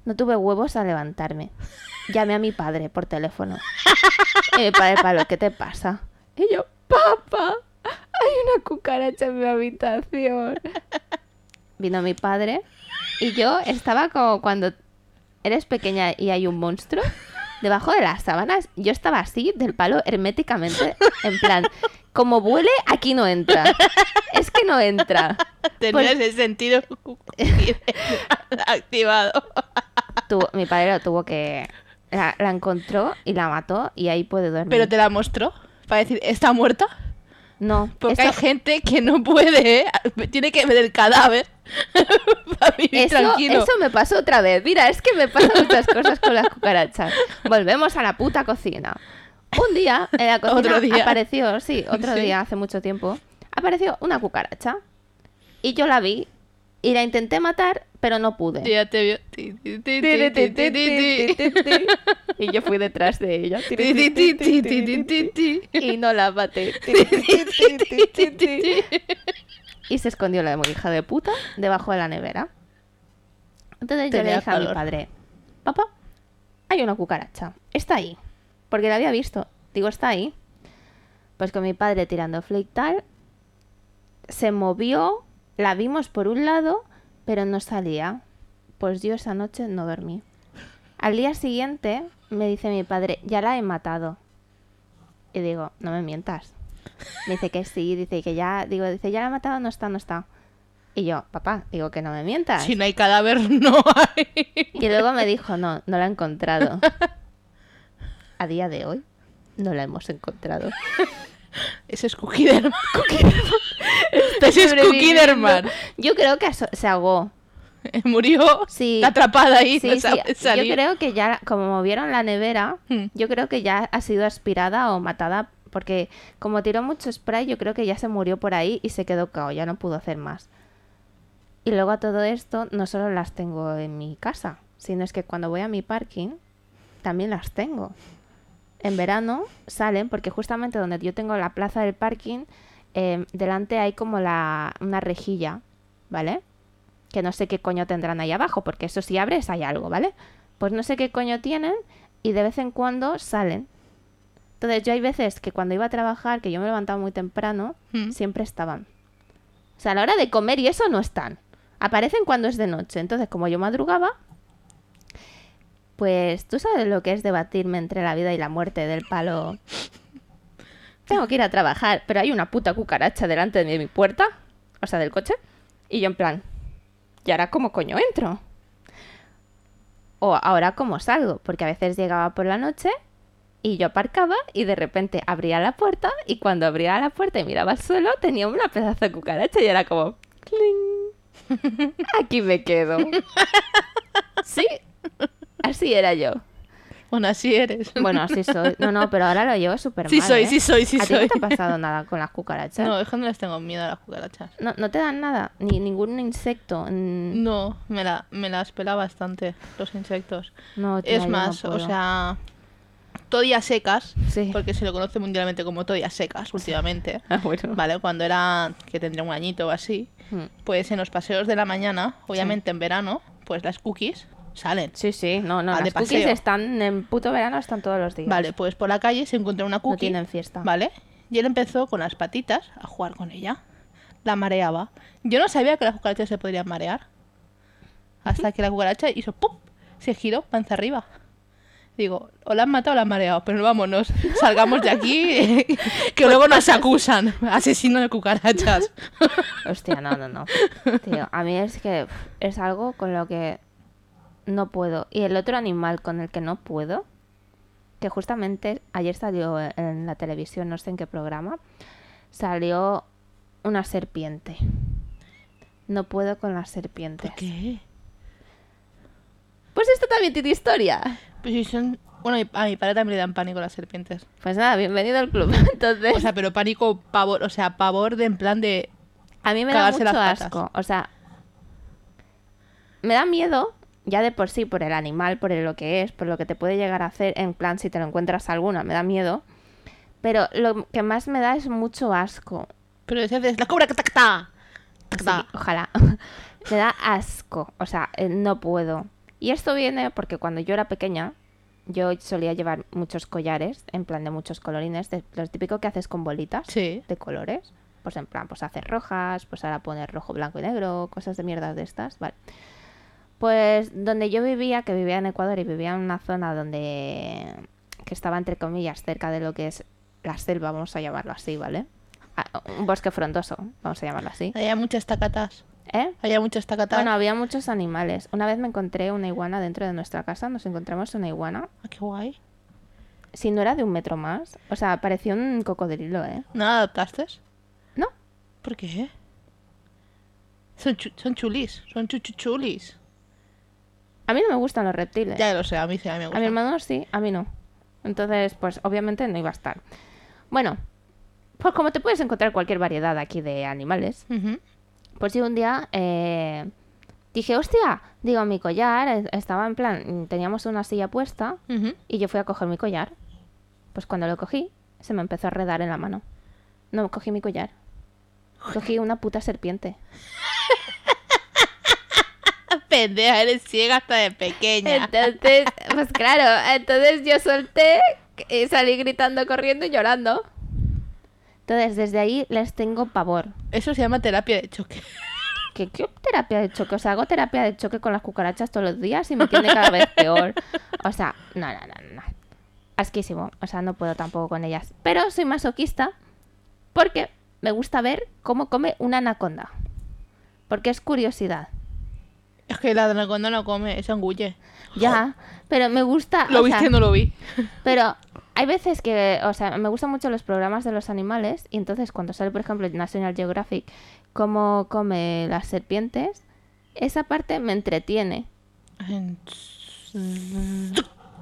Speaker 3: No tuve huevos a levantarme. Llamé a mi padre por teléfono. Y mi padre, Pablo, ¿qué te pasa? Y yo, papá, hay una cucaracha en mi habitación. Vino mi padre y yo estaba como cuando eres pequeña y hay un monstruo debajo de las sábanas. Yo estaba así, del palo, herméticamente, en plan, como vuele, aquí no entra. Es que no entra. Pues
Speaker 4: Tenías el sentido activado.
Speaker 3: Tu- mi padre lo tuvo que... La, la encontró y la mató y ahí puede dormir.
Speaker 4: Pero te la mostró para decir, ¿está muerta?
Speaker 3: No,
Speaker 4: Porque
Speaker 3: esto-
Speaker 4: hay gente que no puede, ¿eh? tiene que ver el cadáver para vivir
Speaker 3: Eso,
Speaker 4: tranquilo.
Speaker 3: eso me pasó otra vez. Mira, es que me pasan muchas cosas con las cucarachas. Volvemos a la puta cocina. Un día en la cocina
Speaker 4: Otro día.
Speaker 3: apareció, sí, otro
Speaker 4: Sí.
Speaker 3: día hace mucho tiempo, apareció una cucaracha. Y yo la vi y la intenté matar, pero no pude.
Speaker 4: Ya te vio. Ti, ti, ti, ti, ti, ti, ti, ti.
Speaker 3: Y yo fui detrás de ella.
Speaker 4: Ti, ti, ti, ti, ti, ti, ti, ti.
Speaker 3: Y no la maté. Y se escondió la muy hija de puta debajo de la nevera. Entonces yo le
Speaker 4: Tenía
Speaker 3: dije a mi
Speaker 4: calor.
Speaker 3: padre, papá, hay una cucaracha, está ahí, porque la había visto. Digo, está ahí. Pues con mi padre tirando flake tal, se movió, la vimos por un lado, pero no salía. Pues yo esa noche no dormí. Al día siguiente me dice mi padre, ya la he matado. Y digo, no me mientas. Me dice que sí, dice que ya, digo, dice, ya la he matado, no está, no está. Y yo, papá, digo que no me mientas.
Speaker 4: Si no hay cadáver, no hay.
Speaker 3: Y luego me dijo, no, no la he encontrado. A día de hoy, no la hemos encontrado.
Speaker 4: Ese es Cookie Derman. Ese es Cookie Derman. Eh,
Speaker 3: Yo creo que aso- se ahogó.
Speaker 4: Murió.
Speaker 3: Sí.
Speaker 4: Está atrapada ahí.
Speaker 3: Sí,
Speaker 4: no
Speaker 3: sí,
Speaker 4: sabe salir.
Speaker 3: Yo creo que ya, como movieron la nevera,
Speaker 4: Hmm.
Speaker 3: yo creo que ya ha sido aspirada o matada, porque como tiró mucho spray, yo creo que ya se murió por ahí y se quedó cao, ya no pudo hacer más. Y luego a todo esto, no solo las tengo en mi casa, sino es que cuando voy a mi parking, también las tengo. En verano salen, porque justamente donde yo tengo la plaza del parking, eh, delante hay como la, una rejilla, ¿vale? que no sé qué coño tendrán ahí abajo, porque eso si abres hay algo, ¿vale? Pues no sé qué coño tienen y de vez en cuando salen. Entonces yo hay veces que cuando iba a trabajar, que yo me levantaba muy temprano,
Speaker 4: Mm.
Speaker 3: siempre estaban. O sea, a la hora de comer y eso no están. Aparecen cuando es de noche. Entonces, como yo madrugaba, pues tú sabes lo que es debatirme entre la vida y la muerte del palo. Tengo que ir a trabajar, pero hay una puta cucaracha delante de mi puerta, o sea, del coche, y yo en plan, ¿y ahora cómo coño entro? O ahora cómo salgo, porque a veces llegaba por la noche y yo aparcaba y de repente abría la puerta y cuando abría la puerta y miraba al suelo tenía una pedazo de cucaracha y era como... "Cling". Aquí me quedo. Sí, así era yo.
Speaker 4: Bueno, así eres.
Speaker 3: Bueno, así soy. No, no, pero ahora lo llevo súper
Speaker 4: sí
Speaker 3: mal,
Speaker 4: soy,
Speaker 3: ¿eh?
Speaker 4: sí soy, sí
Speaker 3: ¿A ti
Speaker 4: soy.
Speaker 3: no te ha pasado nada con las cucarachas?
Speaker 4: No, es que no les tengo miedo a las cucarachas.
Speaker 3: No, no te dan nada, ni ningún insecto. mm,
Speaker 4: No, me la, me las pela bastante los insectos.
Speaker 3: No, tía, yo
Speaker 4: es
Speaker 3: no
Speaker 4: más, o
Speaker 3: puedo.
Speaker 4: sea, todias secas,
Speaker 3: Sí.
Speaker 4: porque se lo conoce mundialmente como todias secas últimamente,
Speaker 3: Ah, bueno.
Speaker 4: ¿vale? Cuando era, que tendría un añito o así,
Speaker 3: Mm.
Speaker 4: pues en los paseos de la mañana, obviamente en verano, pues las cookies salen.
Speaker 3: Sí, sí, no, no.
Speaker 4: Ah, de
Speaker 3: las cookies
Speaker 4: paseo.
Speaker 3: están en puto verano, están todos los días.
Speaker 4: Vale, pues por la calle se encuentra una cookie.
Speaker 3: tienen fiesta.
Speaker 4: Vale. Y él empezó con las patitas a jugar con ella. La mareaba. Yo no sabía que las cucarachas se podrían marear. Hasta que la cucaracha hizo ¡pum! Se giró panza arriba. Digo, o la han matado o la han mareado, pero vámonos, salgamos de aquí, que luego nos acusan, asesino de cucarachas.
Speaker 3: Hostia, no, no, no. Tío, a mí es que pf, es algo con lo que no puedo. Y el otro animal con el que no puedo, que justamente ayer salió en la televisión, no sé en qué programa, salió una serpiente. No puedo con las serpientes.
Speaker 4: qué?
Speaker 3: Pues esto también tiene historia.
Speaker 4: Pues si son- Bueno, a mi- a mi padre también le dan pánico las serpientes.
Speaker 3: Pues nada, bienvenido al club. Entonces,
Speaker 4: O sea, pero pánico, pavor, o sea, pavor de en plan de...
Speaker 3: a mí me da
Speaker 4: cagarse
Speaker 3: mucho
Speaker 4: las patas.
Speaker 3: asco. O sea, me da miedo ya de por sí por el animal, por el lo que es, por lo que te puede llegar a hacer. En plan, si te lo encuentras alguna, me da miedo. Pero lo que más me da es mucho asco.
Speaker 4: Pero si haces la cobra, ta, ta, ta, ta,
Speaker 3: Sí,
Speaker 4: ta.
Speaker 3: ojalá. Me da asco. O sea, eh, no puedo. Y esto viene porque cuando yo era pequeña, yo solía llevar muchos collares, en plan de muchos colorines, de, los típicos que haces con bolitas
Speaker 4: Sí.
Speaker 3: de colores. Pues en plan, pues haces rojas, pues ahora poner rojo, blanco y negro, cosas de mierdas de estas, vale. Pues donde yo vivía, que vivía en Ecuador y vivía en una zona donde que estaba entre comillas cerca de lo que es la selva, vamos a llamarlo así, ¿vale? Ah, Un bosque frondoso, vamos a llamarlo así.
Speaker 4: Había muchas tacatas.
Speaker 3: ¿Eh?
Speaker 4: Había muchas tacatas.
Speaker 3: Bueno, había muchos animales. Una vez me encontré una iguana dentro de nuestra casa, nos encontramos una iguana.
Speaker 4: Ah, qué guay.
Speaker 3: Si no era de un metro más, o sea, parecía un cocodrilo, ¿eh?
Speaker 4: ¿No la adaptaste?
Speaker 3: No,
Speaker 4: ¿Por qué? Son, chu- son chulis. Son chuchuchulis.
Speaker 3: a mí no me gustan los reptiles.
Speaker 4: Ya lo sé, a mí sí, a mí me gusta.
Speaker 3: A mi hermano sí, a mí no. Entonces, pues obviamente no iba a estar. Bueno, pues como te puedes encontrar cualquier variedad aquí de animales,
Speaker 4: Ujú.
Speaker 3: pues yo un día eh, dije, hostia, digo, mi collar eh, estaba en plan, mm, teníamos una silla puesta
Speaker 4: Ujú.
Speaker 3: y yo fui a coger mi collar. Pues cuando lo cogí, se me empezó a redar en la mano. No, cogí mi collar. Cogí una puta serpiente.
Speaker 4: Pendeja, eres ciega hasta de pequeña.
Speaker 3: Entonces, pues claro, entonces yo solté y salí gritando, corriendo y llorando. Entonces, desde ahí les tengo pavor.
Speaker 4: Eso se llama terapia de choque.
Speaker 3: ¿Qué, qué terapia de choque? O sea, hago terapia de choque con las cucarachas todos los días y me tiene cada vez peor. O sea, no, no, no, no. Asquísimo. O sea, no puedo tampoco con ellas. Pero soy masoquista porque me gusta ver cómo come una anaconda. Porque es curiosidad.
Speaker 4: Es que la anaconda no come, es angulle.
Speaker 3: Ya, pero me gusta...
Speaker 4: ¿Lo
Speaker 3: o sea,
Speaker 4: viste Ah, o no lo vi?
Speaker 3: Pero hay veces que, o sea, me gustan mucho los programas de los animales y entonces cuando sale, por ejemplo, National Geographic, cómo come las serpientes, esa parte me entretiene.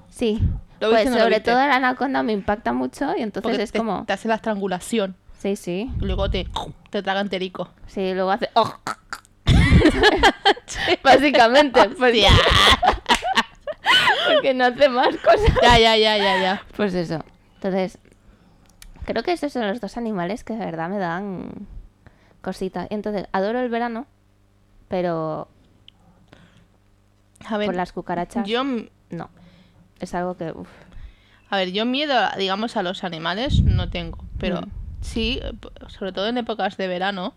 Speaker 3: Sí.
Speaker 4: ¿Lo
Speaker 3: Pues
Speaker 4: viste o no lo
Speaker 3: sobre
Speaker 4: viste?
Speaker 3: todo la anaconda me impacta mucho y entonces
Speaker 4: Porque
Speaker 3: es
Speaker 4: te,
Speaker 3: como...
Speaker 4: te hace la estrangulación.
Speaker 3: Sí, sí.
Speaker 4: Y luego te, te traga enterico.
Speaker 3: Sí, luego hace... "Oh". Básicamente, porque... porque no hace más cosas.
Speaker 4: Ya, ya, ya, ya, ya.
Speaker 3: Pues eso. Entonces, creo que esos son los dos animales que de verdad me dan cositas. Y Entonces, adoro el verano, pero
Speaker 4: A ver,
Speaker 3: por las cucarachas
Speaker 4: yo
Speaker 3: no. Es algo que... uf.
Speaker 4: A ver, yo miedo, a- digamos, a los animales no tengo, pero
Speaker 3: Mm.
Speaker 4: sí, eh, p- sobre todo en épocas de verano,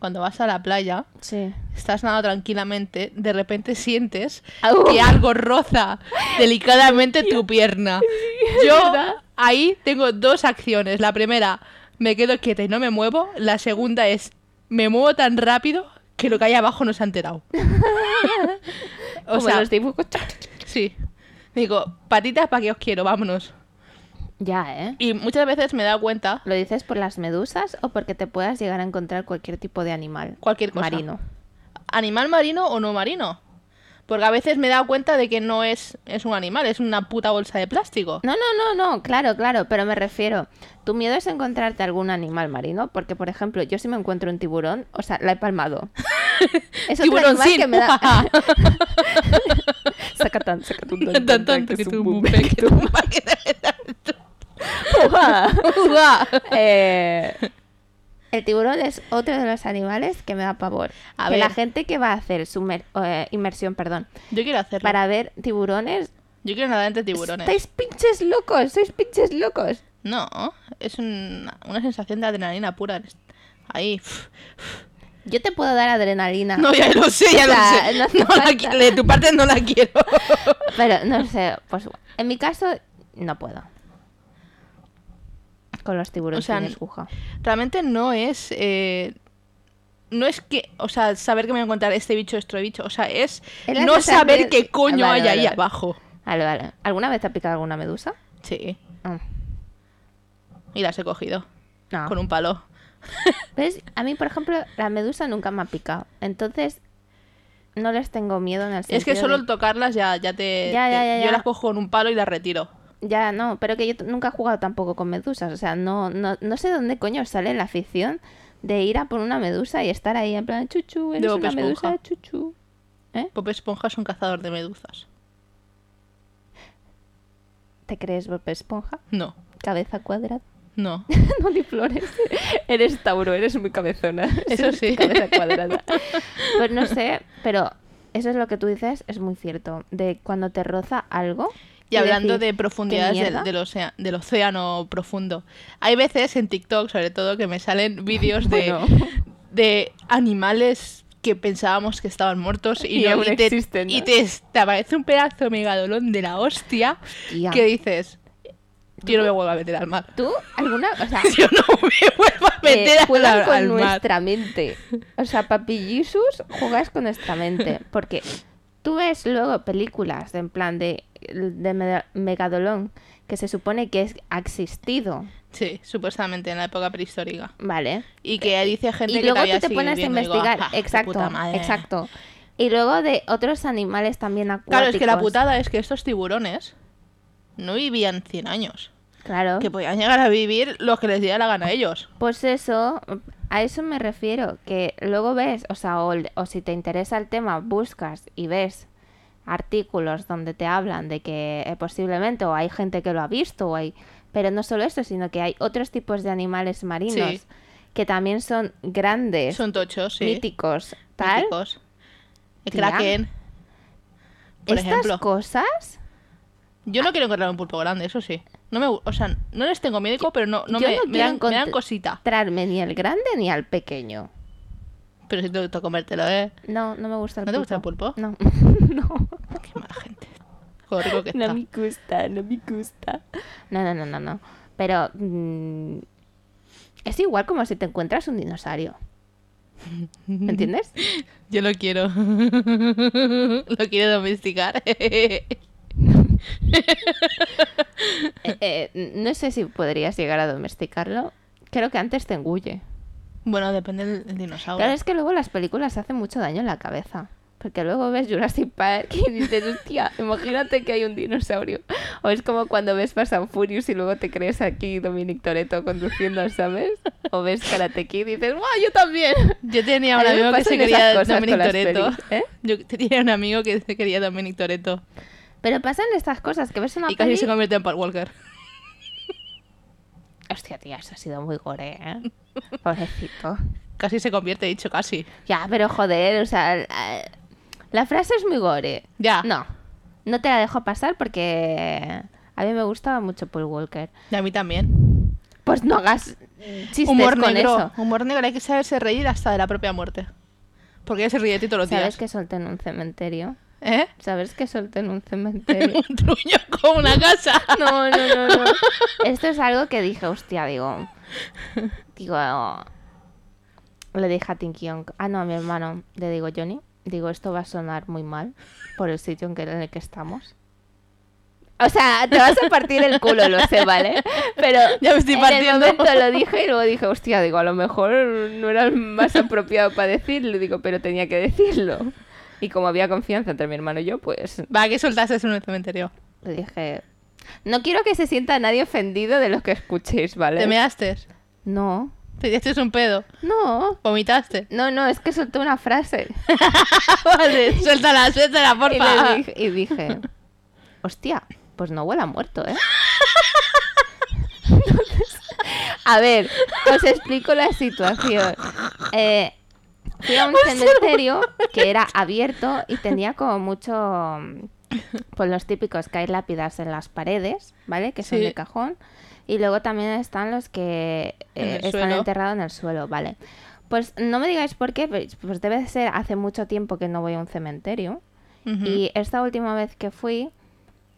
Speaker 4: cuando vas a la playa,
Speaker 3: Sí.
Speaker 4: estás nadando tranquilamente, de repente sientes
Speaker 3: Au.
Speaker 4: que algo roza delicadamente tu pierna. Yo
Speaker 3: ¿verdad?
Speaker 4: ahí tengo dos acciones. La primera, me quedo quieta y no me muevo. La segunda es, me muevo tan rápido que lo que hay abajo no se ha enterado. o
Speaker 3: Como
Speaker 4: sea,
Speaker 3: los dibujos.
Speaker 4: sí. Digo, patitas, ¿para qué os quiero? Vámonos.
Speaker 3: Ya, ¿eh?
Speaker 4: Y muchas veces me he dado cuenta
Speaker 3: ¿Lo dices por las medusas o porque te puedas llegar a encontrar cualquier tipo de animal?
Speaker 4: Cualquier cosa.
Speaker 3: Marino.
Speaker 4: animal marino o no marino. Porque a veces me he dado cuenta de que no es, es un animal, es una puta bolsa de plástico.
Speaker 3: No, no, no, no, claro, claro, pero me refiero, tu miedo es encontrarte algún animal marino, porque por ejemplo, yo si me encuentro un tiburón, o sea, la he palmado. Es otro
Speaker 4: Tiburón
Speaker 3: animal
Speaker 4: sin,
Speaker 3: que me da...
Speaker 4: ¡ujaja!
Speaker 3: Sacatán, sacatán, tan,
Speaker 4: Tan,
Speaker 3: tan,
Speaker 4: tan,
Speaker 3: que
Speaker 4: que
Speaker 3: es
Speaker 4: tú,
Speaker 3: un bum,
Speaker 4: bum,
Speaker 3: que
Speaker 4: que
Speaker 3: tú-
Speaker 4: tú, pa, que te-
Speaker 3: ¡Ujá!
Speaker 4: Ujá.
Speaker 3: Eh, El tiburón es otro de los animales que me da pavor.
Speaker 4: A
Speaker 3: que
Speaker 4: ver.
Speaker 3: la gente que va a hacer sumer- eh, inmersión, perdón,
Speaker 4: Yo quiero hacerlo.
Speaker 3: para ver tiburones,
Speaker 4: Yo quiero nadar entre tiburones.
Speaker 3: estáis pinches locos, sois pinches locos.
Speaker 4: No, es un- una sensación de adrenalina pura. Ahí.
Speaker 3: Yo te puedo dar adrenalina.
Speaker 4: No, ya lo sé, ya
Speaker 3: O sea, no
Speaker 4: lo
Speaker 3: hace
Speaker 4: sé. No la
Speaker 3: falta.
Speaker 4: qui- de tu parte no la quiero.
Speaker 3: Pero no sé, pues en mi caso no puedo. Con los tiburones
Speaker 4: O sea,
Speaker 3: sin escuja.
Speaker 4: Realmente no es. eh, no es que. O sea, saber que me voy a encontrar este bicho, este bicho. O sea, es.
Speaker 3: Es la
Speaker 4: no
Speaker 3: sensación-
Speaker 4: saber qué coño
Speaker 3: Ah, Vale,
Speaker 4: hay ahí
Speaker 3: vale, vale.
Speaker 4: abajo.
Speaker 3: Vale, vale. ¿Alguna vez te ha picado alguna medusa?
Speaker 4: Sí.
Speaker 3: Ah,
Speaker 4: Y las he cogido.
Speaker 3: No.
Speaker 4: Con un palo.
Speaker 3: ¿Ves? A mí, por ejemplo, la medusa nunca me ha picado. Entonces, no les tengo miedo en el sentido
Speaker 4: es que solo
Speaker 3: de-
Speaker 4: el tocarlas ya, ya te.
Speaker 3: Ya, ya,
Speaker 4: te-
Speaker 3: ya,
Speaker 4: Yo
Speaker 3: ya.
Speaker 4: las cojo con un palo y las retiro.
Speaker 3: Ya, no, pero que yo t- nunca he jugado tampoco con medusas. O sea, no, no, no sé dónde coño sale la afición de ir a por una medusa y estar ahí en plan chuchu, eres
Speaker 4: Bob
Speaker 3: una medusa,
Speaker 4: Esponja.
Speaker 3: chuchu. ¿Eh?
Speaker 4: Pop Esponja es un cazador de medusas.
Speaker 3: ¿Te crees Bob Esponja?
Speaker 4: No,
Speaker 3: Cabeza cuadrada.
Speaker 4: no.
Speaker 3: No ni flores. Eres Tauro, eres muy cabezona.
Speaker 4: Eso sí.
Speaker 3: Cabeza cuadrada. Pues no sé, pero eso es lo que tú dices, es muy cierto. De cuando te roza algo.
Speaker 4: Y hablando
Speaker 3: decir,
Speaker 4: de profundidades
Speaker 3: ¿qué
Speaker 4: del,
Speaker 3: mierda?
Speaker 4: del ocea- del océano profundo, hay veces en TikTok, sobre todo, que me salen vídeos de,
Speaker 3: Bueno.
Speaker 4: de animales que pensábamos que estaban muertos y,
Speaker 3: Y
Speaker 4: no,
Speaker 3: aún
Speaker 4: y te,
Speaker 3: existen, ¿no?
Speaker 4: y te, te aparece un pedazo de megadolón de la hostia
Speaker 3: Hostia.
Speaker 4: que dices, yo no me vuelvo a meter al mar.
Speaker 3: ¿Tú alguna.? O sea,
Speaker 4: Yo no me vuelvo a
Speaker 3: eh,
Speaker 4: meter al,
Speaker 3: juegas con
Speaker 4: al mar.
Speaker 3: nuestra mente. O sea, papi Jesus, juegas con nuestra mente. Porque tú ves luego películas de, en plan de, de Mega- Megadolón que se supone que es, ha existido.
Speaker 4: Sí, supuestamente en la época prehistórica.
Speaker 3: Vale.
Speaker 4: Y que dice gente
Speaker 3: Eh, y
Speaker 4: que
Speaker 3: luego
Speaker 4: todavía
Speaker 3: tú te
Speaker 4: sigue
Speaker 3: pones a
Speaker 4: viviendo, y digo,
Speaker 3: investigar,
Speaker 4: "Ah, qué
Speaker 3: exacto,
Speaker 4: puta madre".
Speaker 3: exacto. Y luego de otros animales también acuáticos.
Speaker 4: Claro, es que la putada es que estos tiburones no vivían 100 años.
Speaker 3: Claro.
Speaker 4: Que podían llegar a vivir los que les diera la gana a ellos.
Speaker 3: Pues eso, a eso me refiero, que luego ves, o sea, o, el- o si te interesa el tema, buscas y ves artículos donde te hablan de que eh, posiblemente o hay gente que lo ha visto o hay pero no solo eso sino que hay otros tipos de animales marinos
Speaker 4: Sí.
Speaker 3: que también son grandes
Speaker 4: Son tochos, sí.
Speaker 3: míticos tal
Speaker 4: Míticos. El
Speaker 3: Tía.
Speaker 4: kraken. Por
Speaker 3: estas
Speaker 4: ejemplo.
Speaker 3: cosas
Speaker 4: Yo no quiero encontrar un pulpo grande, eso sí. No me, gu- o sea, no les tengo miedo, pero no, no
Speaker 3: Yo
Speaker 4: me,
Speaker 3: no
Speaker 4: me
Speaker 3: quiero
Speaker 4: dan, me dan
Speaker 3: encont-
Speaker 4: cosita.
Speaker 3: trarme ni al grande ni al pequeño.
Speaker 4: Pero si te comértelo, ¿eh?
Speaker 3: No, no me gusta el
Speaker 4: ¿No te gusta el
Speaker 3: pulpo.
Speaker 4: pulpo?
Speaker 3: No. no.
Speaker 4: Qué mala gente. Con lo rico que
Speaker 3: No
Speaker 4: está.
Speaker 3: me gusta, no me gusta. No, no, no, no, no. Pero mm, es igual como si te encuentras un dinosaurio. ¿Me entiendes?
Speaker 4: Yo lo quiero. lo quiero domesticar.
Speaker 3: Eh, eh, no sé si podrías llegar a domesticarlo. Creo que antes te engulle.
Speaker 4: bueno, depende del, del dinosaurio.
Speaker 3: Claro, es que luego las películas hacen mucho daño en la cabeza. Porque luego ves Jurassic Park y dices, hostia, imagínate que hay un dinosaurio. O es como cuando ves Fast and Furious y luego te crees aquí Dominic Toretto conduciendo, ¿sabes? O ves Karate Kid y dices, ¡guau, yo también!
Speaker 4: Yo tenía
Speaker 3: A
Speaker 4: un
Speaker 3: mí me
Speaker 4: amigo que
Speaker 3: pasan
Speaker 4: se
Speaker 3: esas
Speaker 4: quería
Speaker 3: cosas con
Speaker 4: Dominic
Speaker 3: las
Speaker 4: Toretto.
Speaker 3: pelis, ¿eh?
Speaker 4: Yo tenía un amigo que se quería Dominic Toretto.
Speaker 3: Pero pasan estas cosas que ves una
Speaker 4: Y casi
Speaker 3: peli...
Speaker 4: se convierte en Paul Walker.
Speaker 3: Hostia, tía, eso ha sido muy gore, ¿eh? Pobrecito.
Speaker 4: Casi se convierte, he dicho casi.
Speaker 3: Ya, pero joder, o sea... la- La frase es muy gore.
Speaker 4: Ya.
Speaker 3: No, no te la dejo pasar porque a mí me gustaba mucho Paul Walker.
Speaker 4: Y a mí también.
Speaker 3: Pues no hagas chistes
Speaker 4: Humor
Speaker 3: con
Speaker 4: negro.
Speaker 3: eso.
Speaker 4: Humor negro. Hay que saberse reír hasta de la propia muerte. Porque él se ríe de ti todos los
Speaker 3: ¿Sabes
Speaker 4: días.
Speaker 3: que solté en un cementerio?
Speaker 4: ¿Eh?
Speaker 3: ¿Sabes que solté en un cementerio?
Speaker 4: un truño con una casa.
Speaker 3: No, no, no, no. Esto es algo que dije, hostia, digo. Digo. Le dije a Tinky Onk- Ah, no, a mi hermano. Le digo, Johnny. Digo, esto va a sonar muy mal por el sitio en, que, en el que estamos. O sea, te vas a partir el culo, lo sé, ¿vale? Pero
Speaker 4: Ya me estoy
Speaker 3: en
Speaker 4: partiendo.
Speaker 3: el momento lo dije y luego dije, hostia, digo, a lo mejor no era el más apropiado para decirlo, digo, pero tenía que decirlo. Y como había confianza entre mi hermano y yo, pues
Speaker 4: Va, que soltaste eso en el cementerio.
Speaker 3: le dije, no quiero que se sienta nadie ofendido de lo que escuchéis, ¿vale?
Speaker 4: Te measte.
Speaker 3: No,
Speaker 4: Te diste un pedo.
Speaker 3: no,
Speaker 4: Vomitaste.
Speaker 3: no, no, es que solté una frase.
Speaker 4: vale, suéltala, suéltala,
Speaker 3: Y,
Speaker 4: porfa.
Speaker 3: le dije, y dije, hostia, pues no huele a muerto, ¿eh? Entonces, a ver, os explico la situación. Eh, fui a un
Speaker 4: Pues
Speaker 3: cementerio que era abierto y tenía como mucho... mm, Pues los típicos que hay lápidas en las paredes, ¿vale? Que son
Speaker 4: Sí.
Speaker 3: de cajón. Y luego también están los que
Speaker 4: En
Speaker 3: eh,
Speaker 4: el
Speaker 3: están
Speaker 4: suelo.
Speaker 3: enterrados en el suelo, ¿vale? Pues no me digáis por qué, pues pues debe ser hace mucho tiempo que no voy a un cementerio.
Speaker 4: Ujú.
Speaker 3: Y esta última vez que fui,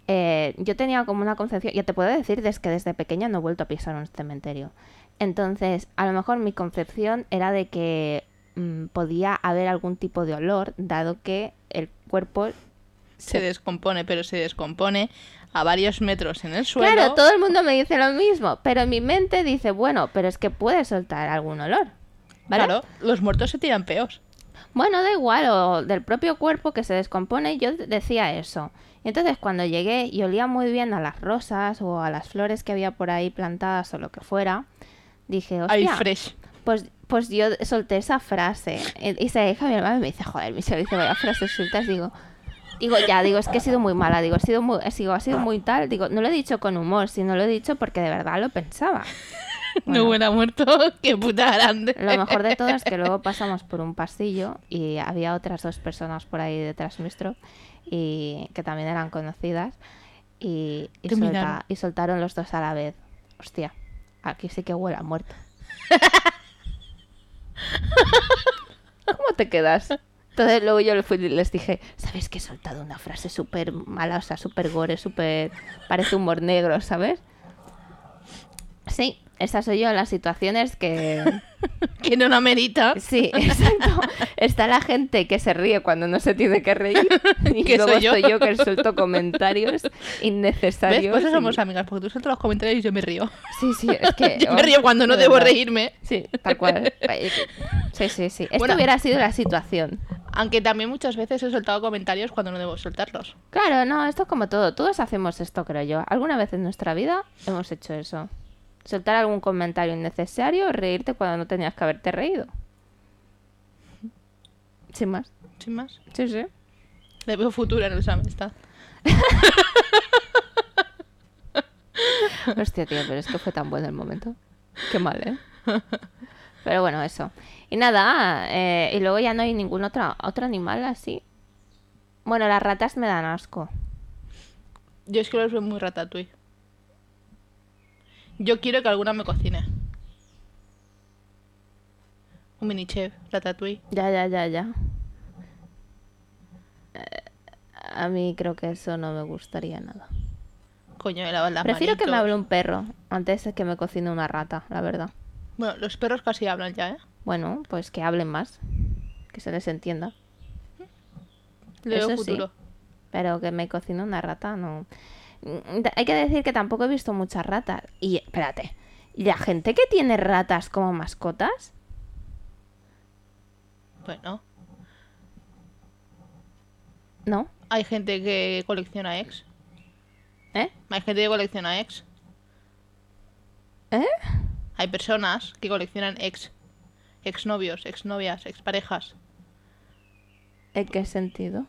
Speaker 3: eh, yo tenía como una concepción, ya te puedo decir, desde que desde pequeña no he vuelto a pisar un cementerio. Entonces, a lo mejor mi concepción era de que mm, podía haber algún tipo de olor, dado que el cuerpo...
Speaker 4: Se descompone, pero se descompone a varios metros en el suelo.
Speaker 3: Claro, todo el mundo me dice lo mismo, pero mi mente dice, bueno, pero es que puede soltar algún olor. ¿vale?
Speaker 4: Claro, los muertos se tiran peos.
Speaker 3: Bueno, da igual, o del propio cuerpo que se descompone, yo de- decía eso. Y entonces cuando llegué y olía muy bien a las rosas o a las flores que había por ahí plantadas o lo que fuera, dije,
Speaker 4: Ay,
Speaker 3: hostia,
Speaker 4: fresh.
Speaker 3: pues, pues yo solté esa frase. Y y se la dije a mi hermano y me dice, joder, mi se dice, vaya frases sueltas, digo... Digo, ya, digo, es que he sido muy mala, digo, he sido muy, he sido, ha sido muy tal, digo, no lo he dicho con humor, sino lo he dicho porque de verdad lo pensaba. Bueno.
Speaker 4: No hubiera muerto, qué puta grande.
Speaker 3: Lo mejor de todo es que luego pasamos por un pasillo y había otras dos personas por ahí detrás nuestro y que también eran conocidas y, y
Speaker 4: Te
Speaker 3: solta-
Speaker 4: miraron.
Speaker 3: y soltaron los dos a la vez. Hostia, aquí sí que huele a muerto. ¿Cómo te quedas? Entonces luego yo le fui y les dije, ¿sabéis que he soltado una frase súper mala, o sea, súper gore, súper... parece humor negro, ¿sabes? Sí, esa soy yo, las situaciones que...
Speaker 4: Que no la merita.
Speaker 3: Sí, exacto. Está la gente que se ríe cuando no se tiene que reír. Y
Speaker 4: Que
Speaker 3: luego
Speaker 4: soy yo.
Speaker 3: estoy yo que suelto comentarios innecesarios.
Speaker 4: ¿Ves? Pues eso
Speaker 3: y-
Speaker 4: somos amigas, porque tú sueltas los comentarios y yo me río.
Speaker 3: Sí, sí, es que.
Speaker 4: Yo me río cuando no
Speaker 3: de
Speaker 4: debo
Speaker 3: verdad.
Speaker 4: reírme.
Speaker 3: Sí, tal cual. Sí, sí, sí. Esto
Speaker 4: Bueno.
Speaker 3: hubiera sido la situación.
Speaker 4: Aunque también muchas veces he soltado comentarios cuando no debo soltarlos.
Speaker 3: Claro, no, esto es como todo. Todos hacemos esto, creo yo. Alguna vez en nuestra vida hemos hecho eso. Soltar algún comentario innecesario, reírte cuando no tenías que haberte reído. Sin más.
Speaker 4: Sin más.
Speaker 3: Sí, sí.
Speaker 4: Le veo futuro en esa amistad.
Speaker 3: Hostia, tío, pero es que fue tan bueno el momento. Qué mal, ¿eh? Pero bueno, eso. Y nada, eh, y luego ya no hay ningún otro, otro animal así. Bueno, las ratas me dan asco.
Speaker 4: Yo es que los veo muy ratatouille. Yo quiero que alguna me cocine. Un mini chef, ratatouille.
Speaker 3: Ya, ya, ya, ya. Eh, A mí creo que eso no me gustaría nada.
Speaker 4: Coño, he lavado las
Speaker 3: Prefiero que me
Speaker 4: manitos.
Speaker 3: hable un perro antes de que me cocine una rata, la verdad.
Speaker 4: Bueno, los perros casi hablan ya, ¿eh?
Speaker 3: Bueno, pues que hablen más, que se les entienda.
Speaker 4: Le veo
Speaker 3: Eso sí.
Speaker 4: futuro.
Speaker 3: Pero que me cocine una rata, no. Mm, Hay que decir que tampoco he visto muchas ratas. Y espérate, ¿y la gente que tiene ratas como mascotas?
Speaker 4: Bueno,
Speaker 3: ¿No?
Speaker 4: hay gente que colecciona ex.
Speaker 3: ¿Eh?
Speaker 4: Hay gente que colecciona ex.
Speaker 3: ¿Eh?
Speaker 4: Hay personas que coleccionan ex. Exnovios, exnovias, exparejas.
Speaker 3: ¿En qué sentido?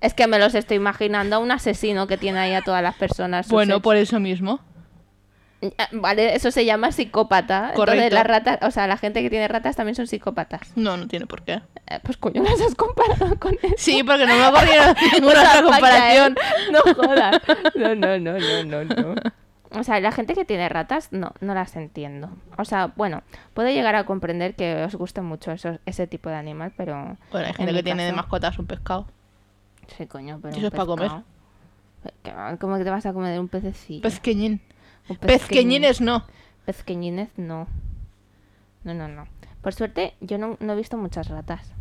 Speaker 3: Es que me los estoy imaginando a un asesino que tiene ahí a todas las personas. sus ex.
Speaker 4: eso mismo.
Speaker 3: Ah, Vale, eso se llama psicópata. Entonces
Speaker 4: Correcto.
Speaker 3: las ratas, o sea, la gente que tiene ratas también son psicópatas.
Speaker 4: No, no tiene por qué.
Speaker 3: Eh, pues coño, las has comparado con eso.
Speaker 4: Sí, porque no me ha ocurrido ninguna
Speaker 3: ¿eh?
Speaker 4: otra comparación.
Speaker 3: No jodas. No, no, no, no, no, no. O sea, la gente que tiene ratas, no, no las entiendo. O sea, bueno, puedo llegar a comprender que os gusta mucho eso, ese tipo de animal, pero...
Speaker 4: Bueno, hay
Speaker 3: en
Speaker 4: gente
Speaker 3: mi
Speaker 4: que tiene de
Speaker 3: caso-
Speaker 4: mascotas un pescado.
Speaker 3: Sí, coño, pero...
Speaker 4: Eso
Speaker 3: un
Speaker 4: es pa' comer.
Speaker 3: pescado. ¿Qué- ¿Cómo que te vas a comer un pececillo?
Speaker 4: Pezqueñín.
Speaker 3: Un pezqueñín.
Speaker 4: Pezqueñines no.
Speaker 3: Pezqueñines no. No, no, no. Por suerte, yo no, no he visto muchas ratas.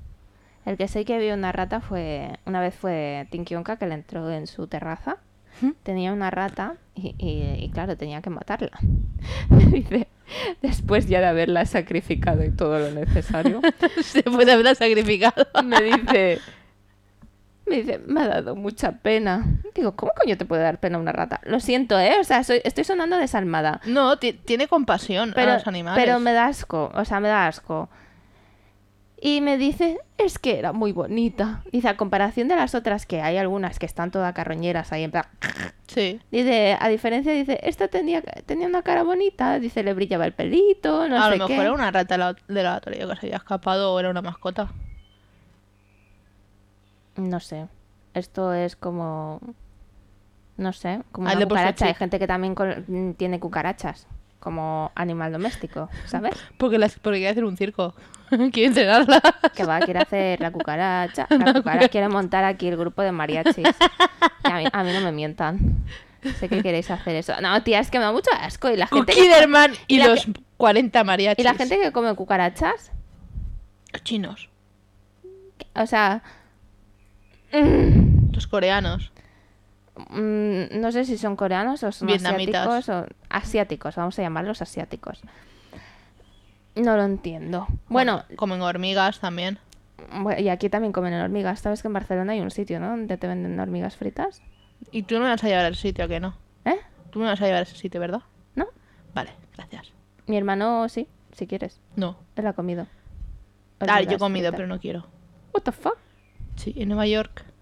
Speaker 3: El que sé que vio una rata fue. Una vez fue Tinky Onka que le entró en su terraza. tenía una rata y, y- y, claro, tenía que matarla. Dice, después ya de haberla sacrificado y todo lo necesario,
Speaker 4: Después de haberla sacrificado.
Speaker 3: me dice, me dice, me ha dado mucha pena. Digo, ¿cómo coño te puede dar pena una rata? Lo siento, ¿eh? O sea, soy- estoy sonando desalmada.
Speaker 4: No, ti- tiene compasión
Speaker 3: Pero,
Speaker 4: a los animales.
Speaker 3: pero me da asco, o sea, me da asco. Y me dice, es que era muy bonita. Dice, a comparación de las otras, que hay algunas que están todas carroñeras ahí en plan...
Speaker 4: Sí.
Speaker 3: Dice, a diferencia, dice, esta tenía, tenía una cara bonita, dice, le brillaba el pelito, no
Speaker 4: a
Speaker 3: sé
Speaker 4: lo mejor
Speaker 3: qué.
Speaker 4: era una rata la- de la autoridad que se había escapado o era una mascota.
Speaker 3: No sé. Esto es como. No sé, como
Speaker 4: Hazle
Speaker 3: una
Speaker 4: por su
Speaker 3: cucaracha. Hay
Speaker 4: chip.
Speaker 3: gente que también col- mm, tiene cucarachas como animal doméstico, ¿sabes?
Speaker 4: Porque, las, porque quiere hacer un circo. quiere entrenarla.
Speaker 3: Que va, quiere hacer la cucaracha, la cucaracha, quiere montar aquí el grupo de mariachis. Y A mí, a mí no me mientan. Sé que queréis hacer eso. No, tía, es que me da mucho asco. Y la gente, que-
Speaker 4: Kiderman y,
Speaker 3: y la
Speaker 4: los 40
Speaker 3: y
Speaker 4: mariachis.
Speaker 3: la gente que come cucarachas,
Speaker 4: Los chinos.
Speaker 3: o sea,
Speaker 4: Los coreanos.
Speaker 3: Mm, no sé si son coreanos o son
Speaker 4: Vietnamitas.
Speaker 3: asiáticos o asiáticos, vamos a llamarlos asiáticos. No lo entiendo. Bueno,
Speaker 4: Comen hormigas también.
Speaker 3: bu- y aquí también comen hormigas. Sabes que en Barcelona hay un sitio, ¿no? Donde te venden hormigas fritas.
Speaker 4: Y tú no me vas a llevar al sitio, ¿a que no?
Speaker 3: ¿Eh?
Speaker 4: Tú me vas a llevar a ese sitio, ¿verdad?
Speaker 3: ¿No?
Speaker 4: Vale, gracias.
Speaker 3: Mi hermano sí, si quieres.
Speaker 4: No.
Speaker 3: Él ha comido.
Speaker 4: Ah,
Speaker 3: hormigas
Speaker 4: yo he comido,
Speaker 3: fritas.
Speaker 4: pero no quiero.
Speaker 3: What the fuck?
Speaker 4: Sí, en Nueva York.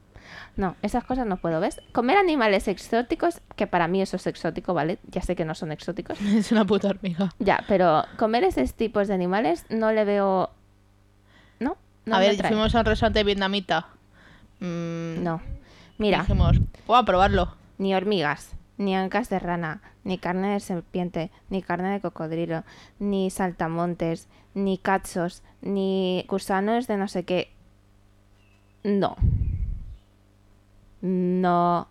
Speaker 3: No, esas cosas no puedo, ¿ves? Comer animales exóticos, que para mí eso es exótico, ¿vale? Ya sé que no son exóticos.
Speaker 4: Es una puta hormiga.
Speaker 3: Ya, pero comer esos tipos de animales no le veo... No, no
Speaker 4: a
Speaker 3: me
Speaker 4: ver,
Speaker 3: atrae.
Speaker 4: fuimos a un restaurante vietnamita. Mm,
Speaker 3: No. Mira,
Speaker 4: Dijimos, voy a probarlo.
Speaker 3: ni hormigas, ni ancas de rana, ni carne de serpiente, ni carne de cocodrilo, ni saltamontes, ni cachos, ni gusanos de no sé qué. No. No.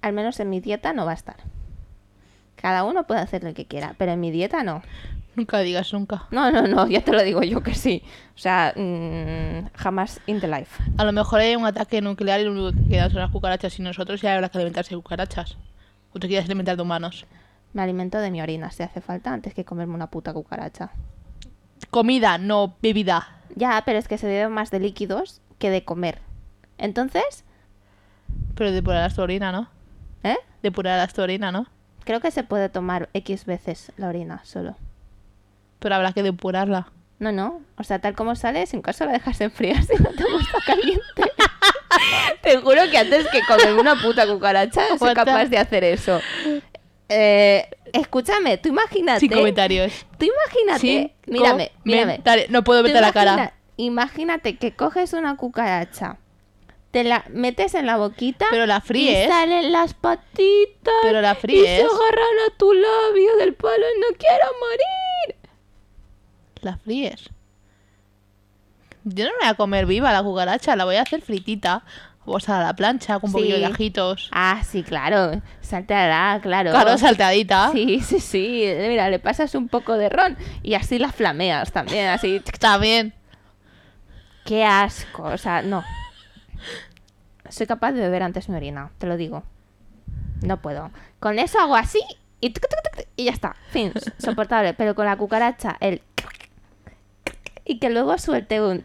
Speaker 3: Al menos en mi dieta no va a estar. Cada uno puede hacer lo que quiera, pero en mi dieta no.
Speaker 4: Nunca digas nunca.
Speaker 3: No, no, no, ya te lo digo yo que sí. O sea, mm, jamás in the life.
Speaker 4: A lo mejor hay un ataque nuclear y lo único que quedan son las cucarachas y nosotros ya habrá que alimentarse de cucarachas. O te quieres alimentar de humanos.
Speaker 3: Me alimento de mi orina si hace falta antes que comerme una puta cucaracha.
Speaker 4: Comida, no bebida.
Speaker 3: Ya, pero es que se bebe más de líquidos que de comer. Entonces,
Speaker 4: Pero depurarás tu orina, ¿no?
Speaker 3: ¿eh?
Speaker 4: Depurarás tu orina, ¿no?
Speaker 3: Creo que se puede tomar X veces la orina solo.
Speaker 4: Pero habrá que depurarla.
Speaker 3: No, no. O sea, tal como sale, sin caso la dejas enfriar si no te gusta caliente. te juro que antes que comer una puta cucaracha soy
Speaker 4: What the-
Speaker 3: capaz de hacer eso. Eh, escúchame, tú imagínate.
Speaker 4: Sin comentarios.
Speaker 3: Tú imagínate.
Speaker 4: Sí,
Speaker 3: mírame, mírame.
Speaker 4: No puedo
Speaker 3: Tú
Speaker 4: verte la cara.
Speaker 3: imagina- Imagínate que coges una cucaracha, te la metes en la boquita
Speaker 4: Pero la
Speaker 3: y
Speaker 4: fríes.
Speaker 3: salen las patitas
Speaker 4: Pero la
Speaker 3: y se
Speaker 4: fríes.
Speaker 3: agarran a tu labio del palo no quiero morir.
Speaker 4: La fríes. Yo no me voy a comer viva la cucaracha, la voy a hacer fritita. O sea, a la plancha con un
Speaker 3: Sí.
Speaker 4: poquillo de ajitos.
Speaker 3: Ah, sí, claro, saltará, claro.
Speaker 4: Claro, salteadita.
Speaker 3: Sí, sí, sí. Mira, le pasas un poco de ron y así la flameas también, así.
Speaker 4: También.
Speaker 3: Qué asco, o sea, no. Soy capaz de beber antes mi orina, te lo digo. No puedo. Con eso hago así y, tuc, tuc, tuc, tuc, y ya está. Fin, so- soportable. Pero con la cucaracha, el... Y que luego suelte un...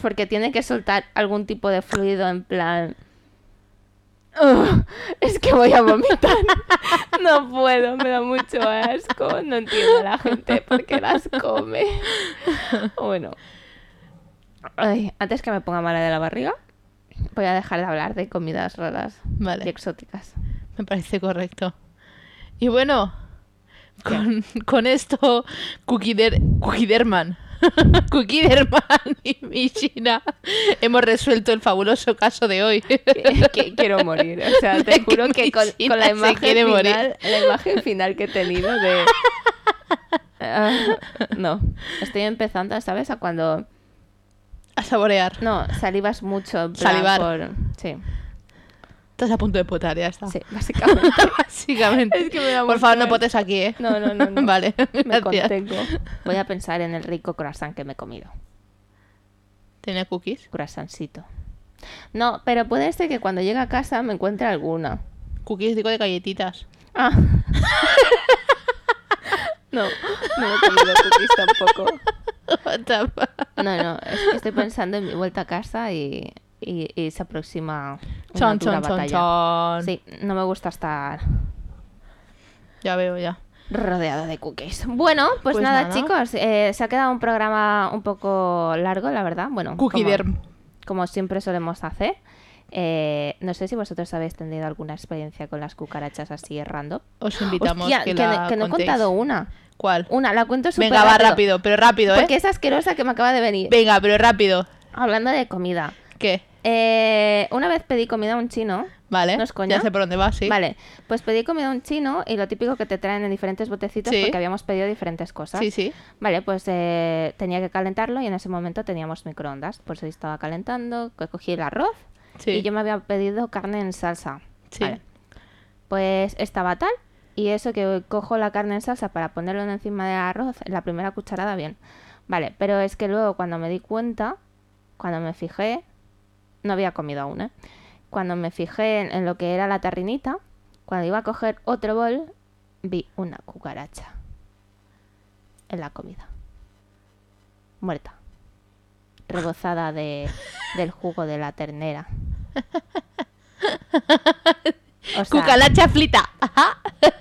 Speaker 3: Porque tiene que soltar algún tipo de fluido en plan... "Ugh, es que voy a vomitar. No puedo, me da mucho asco. No entiendo a la gente por qué las come. Bueno. Ay, antes que me ponga mala de la barriga, voy a dejar de hablar de comidas raras y
Speaker 4: Vale,
Speaker 3: exóticas.
Speaker 4: me parece correcto. Y bueno, con, con esto, Cookie Der- Cookie Derman. Cookie Derman y Michina hemos resuelto el fabuloso caso de hoy.
Speaker 3: Que- que quiero morir. O sea, te
Speaker 4: Que
Speaker 3: juro que con,
Speaker 4: mi
Speaker 3: con la
Speaker 4: china se
Speaker 3: imagen
Speaker 4: quiere
Speaker 3: final,
Speaker 4: morir.
Speaker 3: la imagen final que he tenido de Ah, no, estoy empezando, ¿sabes? A cuando
Speaker 4: A saborear.
Speaker 3: no salivas mucho, en plan
Speaker 4: Salivar.
Speaker 3: por- sí,
Speaker 4: Estás a punto de potar, ya está.
Speaker 3: sí, básicamente.
Speaker 4: Básicamente.
Speaker 3: Es que me da
Speaker 4: Por
Speaker 3: mucho
Speaker 4: favor, no
Speaker 3: asco.
Speaker 4: potes aquí, ¿eh?
Speaker 3: No, no, no, no.
Speaker 4: Vale,
Speaker 3: Me
Speaker 4: gracias.
Speaker 3: contengo. Voy a pensar en el rico croissant que me he comido.
Speaker 4: ¿Tenía cookies?
Speaker 3: Croissantcito. No, pero puede ser que cuando llegue a casa me encuentre alguna.
Speaker 4: Cookies digo de galletitas.
Speaker 3: Ah. no, no he comido cookies tampoco.
Speaker 4: What the fuck?
Speaker 3: No, no, es que estoy pensando en mi vuelta a casa y, y- y se aproxima una
Speaker 4: Chon,
Speaker 3: dura
Speaker 4: chon, chon,
Speaker 3: batalla.
Speaker 4: chon.
Speaker 3: Sí, no me gusta estar
Speaker 4: Ya veo, ya.
Speaker 3: rodeado de cookies. Bueno, pues,
Speaker 4: Pues
Speaker 3: nada,
Speaker 4: nada.
Speaker 3: chicos, eh, se ha quedado un programa un poco largo, la verdad. Bueno,
Speaker 4: Cookie
Speaker 3: como-
Speaker 4: derm.
Speaker 3: como siempre solemos hacer. Eh, no sé si vosotros habéis tenido alguna experiencia con las cucarachas así random.
Speaker 4: Os invitamos
Speaker 3: Hostia,
Speaker 4: que,
Speaker 3: que,
Speaker 4: la
Speaker 3: no, que no he
Speaker 4: contéis.
Speaker 3: contado una.
Speaker 4: ¿Cuál?
Speaker 3: Una, la cuento súper
Speaker 4: Venga, va rápido, pero rápido, ¿eh?
Speaker 3: Porque es asquerosa que me acaba de venir.
Speaker 4: Venga, pero rápido.
Speaker 3: Hablando de comida.
Speaker 4: ¿Qué?
Speaker 3: Eh, una vez pedí comida a un chino.
Speaker 4: Vale.
Speaker 3: No es coña.
Speaker 4: Ya sé por dónde vas, sí.
Speaker 3: Vale, pues pedí comida a un chino y lo típico que te traen en diferentes botecitos
Speaker 4: Sí.
Speaker 3: porque habíamos pedido diferentes cosas.
Speaker 4: Sí, sí.
Speaker 3: Vale, pues eh, tenía que calentarlo y en ese momento teníamos microondas. Por eso estaba calentando, co- cogí el arroz
Speaker 4: Sí.
Speaker 3: y yo me había pedido carne en salsa.
Speaker 4: Sí.
Speaker 3: Vale. Pues estaba tal y eso que cojo la carne en salsa para ponerlo en encima del arroz, la primera cucharada bien. Vale, pero es que luego cuando me di cuenta, cuando me fijé, no había comido aún, ¿eh? Cuando me fijé en, en lo que era la tarrinita, cuando iba a coger otro bol, vi una cucaracha en la comida. Muerta. Rebozada de, del jugo de la ternera. O sea,
Speaker 4: Cucalacha frita. Ajá.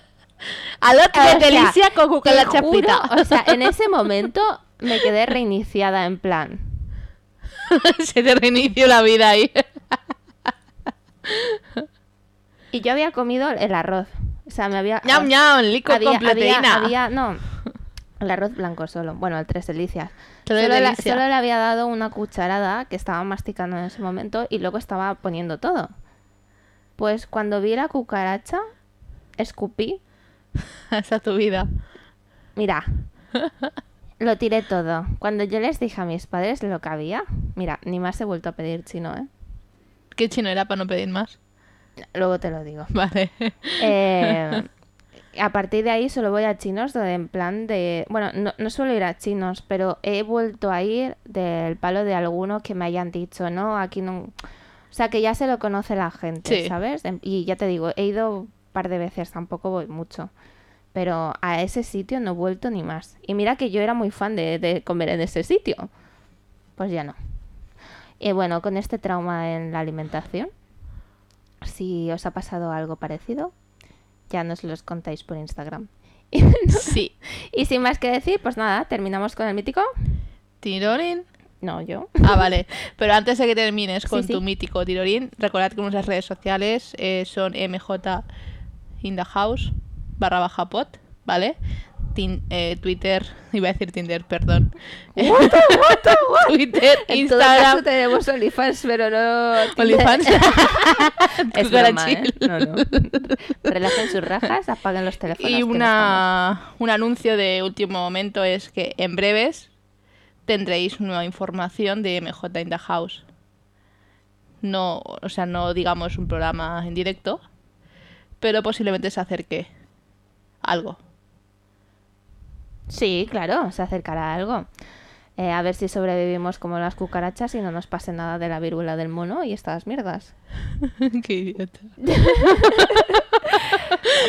Speaker 4: Alot
Speaker 3: O sea,
Speaker 4: de delicia con
Speaker 3: te
Speaker 4: cucalacha
Speaker 3: juro,
Speaker 4: frita.
Speaker 3: O sea, en ese momento me quedé reiniciada en plan.
Speaker 4: Se te reinició la vida ahí.
Speaker 3: Y yo había comido el arroz. O sea, me había...
Speaker 4: ñam, ñam, lico
Speaker 3: había,
Speaker 4: con proteína.
Speaker 3: había- había- no, el arroz blanco solo. Bueno, el tres delicias.
Speaker 4: Tres
Speaker 3: solo, la-
Speaker 4: delicias.
Speaker 3: solo le había dado una cucharada que estaba masticando en ese momento y luego estaba poniendo todo. Pues cuando vi la cucaracha, escupí.
Speaker 4: Esa es tu vida.
Speaker 3: Mira, lo tiré todo. Cuando yo les dije a mis padres lo que había, mira, ni más he vuelto a pedir chino, ¿eh?
Speaker 4: ¿Qué chino era para no pedir más?
Speaker 3: Luego te lo digo.
Speaker 4: Vale.
Speaker 3: Eh, a partir de ahí solo voy a chinos donde en plan de... Bueno, no, no suelo ir a chinos, pero he vuelto a ir del palo de algunos que me hayan dicho, ¿no? Aquí no... O sea, que ya se lo conoce la gente,
Speaker 4: Sí.
Speaker 3: ¿sabes? Em- Y ya te digo, he ido un par de veces, tampoco voy mucho. Pero a ese sitio no he vuelto ni más. Y mira que yo era muy fan de, de comer en ese sitio. Pues ya no. Y bueno, con este trauma en la alimentación, si os ha pasado algo parecido, ya nos los contáis por Instagram.
Speaker 4: Sí.
Speaker 3: Y sin más que decir, pues nada, terminamos con el mítico.
Speaker 4: Tirorín.
Speaker 3: No, yo.
Speaker 4: Ah, vale. Pero antes de que termines con
Speaker 3: Sí, sí.
Speaker 4: tu mítico tirorín, recordad que nuestras redes sociales eh, son MJ in the house barra baja pod, ¿vale? Tin- eh, Twitter, iba a decir Tinder, perdón. Twitter,
Speaker 3: En todo caso
Speaker 4: Instagram,
Speaker 3: tenemos OnlyFans, pero no... Tinder.
Speaker 4: OnlyFans.
Speaker 3: Es broma, ¿eh?
Speaker 4: Cucarachil.
Speaker 3: No, no. Relajen sus rajas, apaguen los teléfonos. que
Speaker 4: Y
Speaker 3: no
Speaker 4: una, un anuncio de último momento es que en breves tendréis nueva información de MJ in the House. No, o sea, no digamos un programa en directo, pero posiblemente se acerque algo.
Speaker 3: estamos. Sí, claro, se acercará algo. Eh, a ver si sobrevivimos como las cucarachas y no nos pase nada de la viruela del mono y estas mierdas.
Speaker 4: Qué idiota.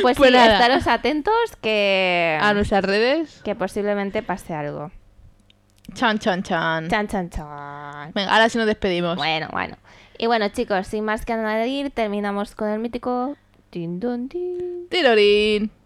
Speaker 3: Pues,
Speaker 4: Pues
Speaker 3: sí,
Speaker 4: nada.
Speaker 3: estaros atentos que,
Speaker 4: A nuestras redes,
Speaker 3: que posiblemente pase algo.
Speaker 4: chan, chan, chan.
Speaker 3: Chan, chan, chan.
Speaker 4: Venga, ahora sí nos despedimos.
Speaker 3: Bueno, bueno. Y bueno, chicos, sin más que añadir, terminamos con el mítico... Din, don, din.
Speaker 4: Tirorín.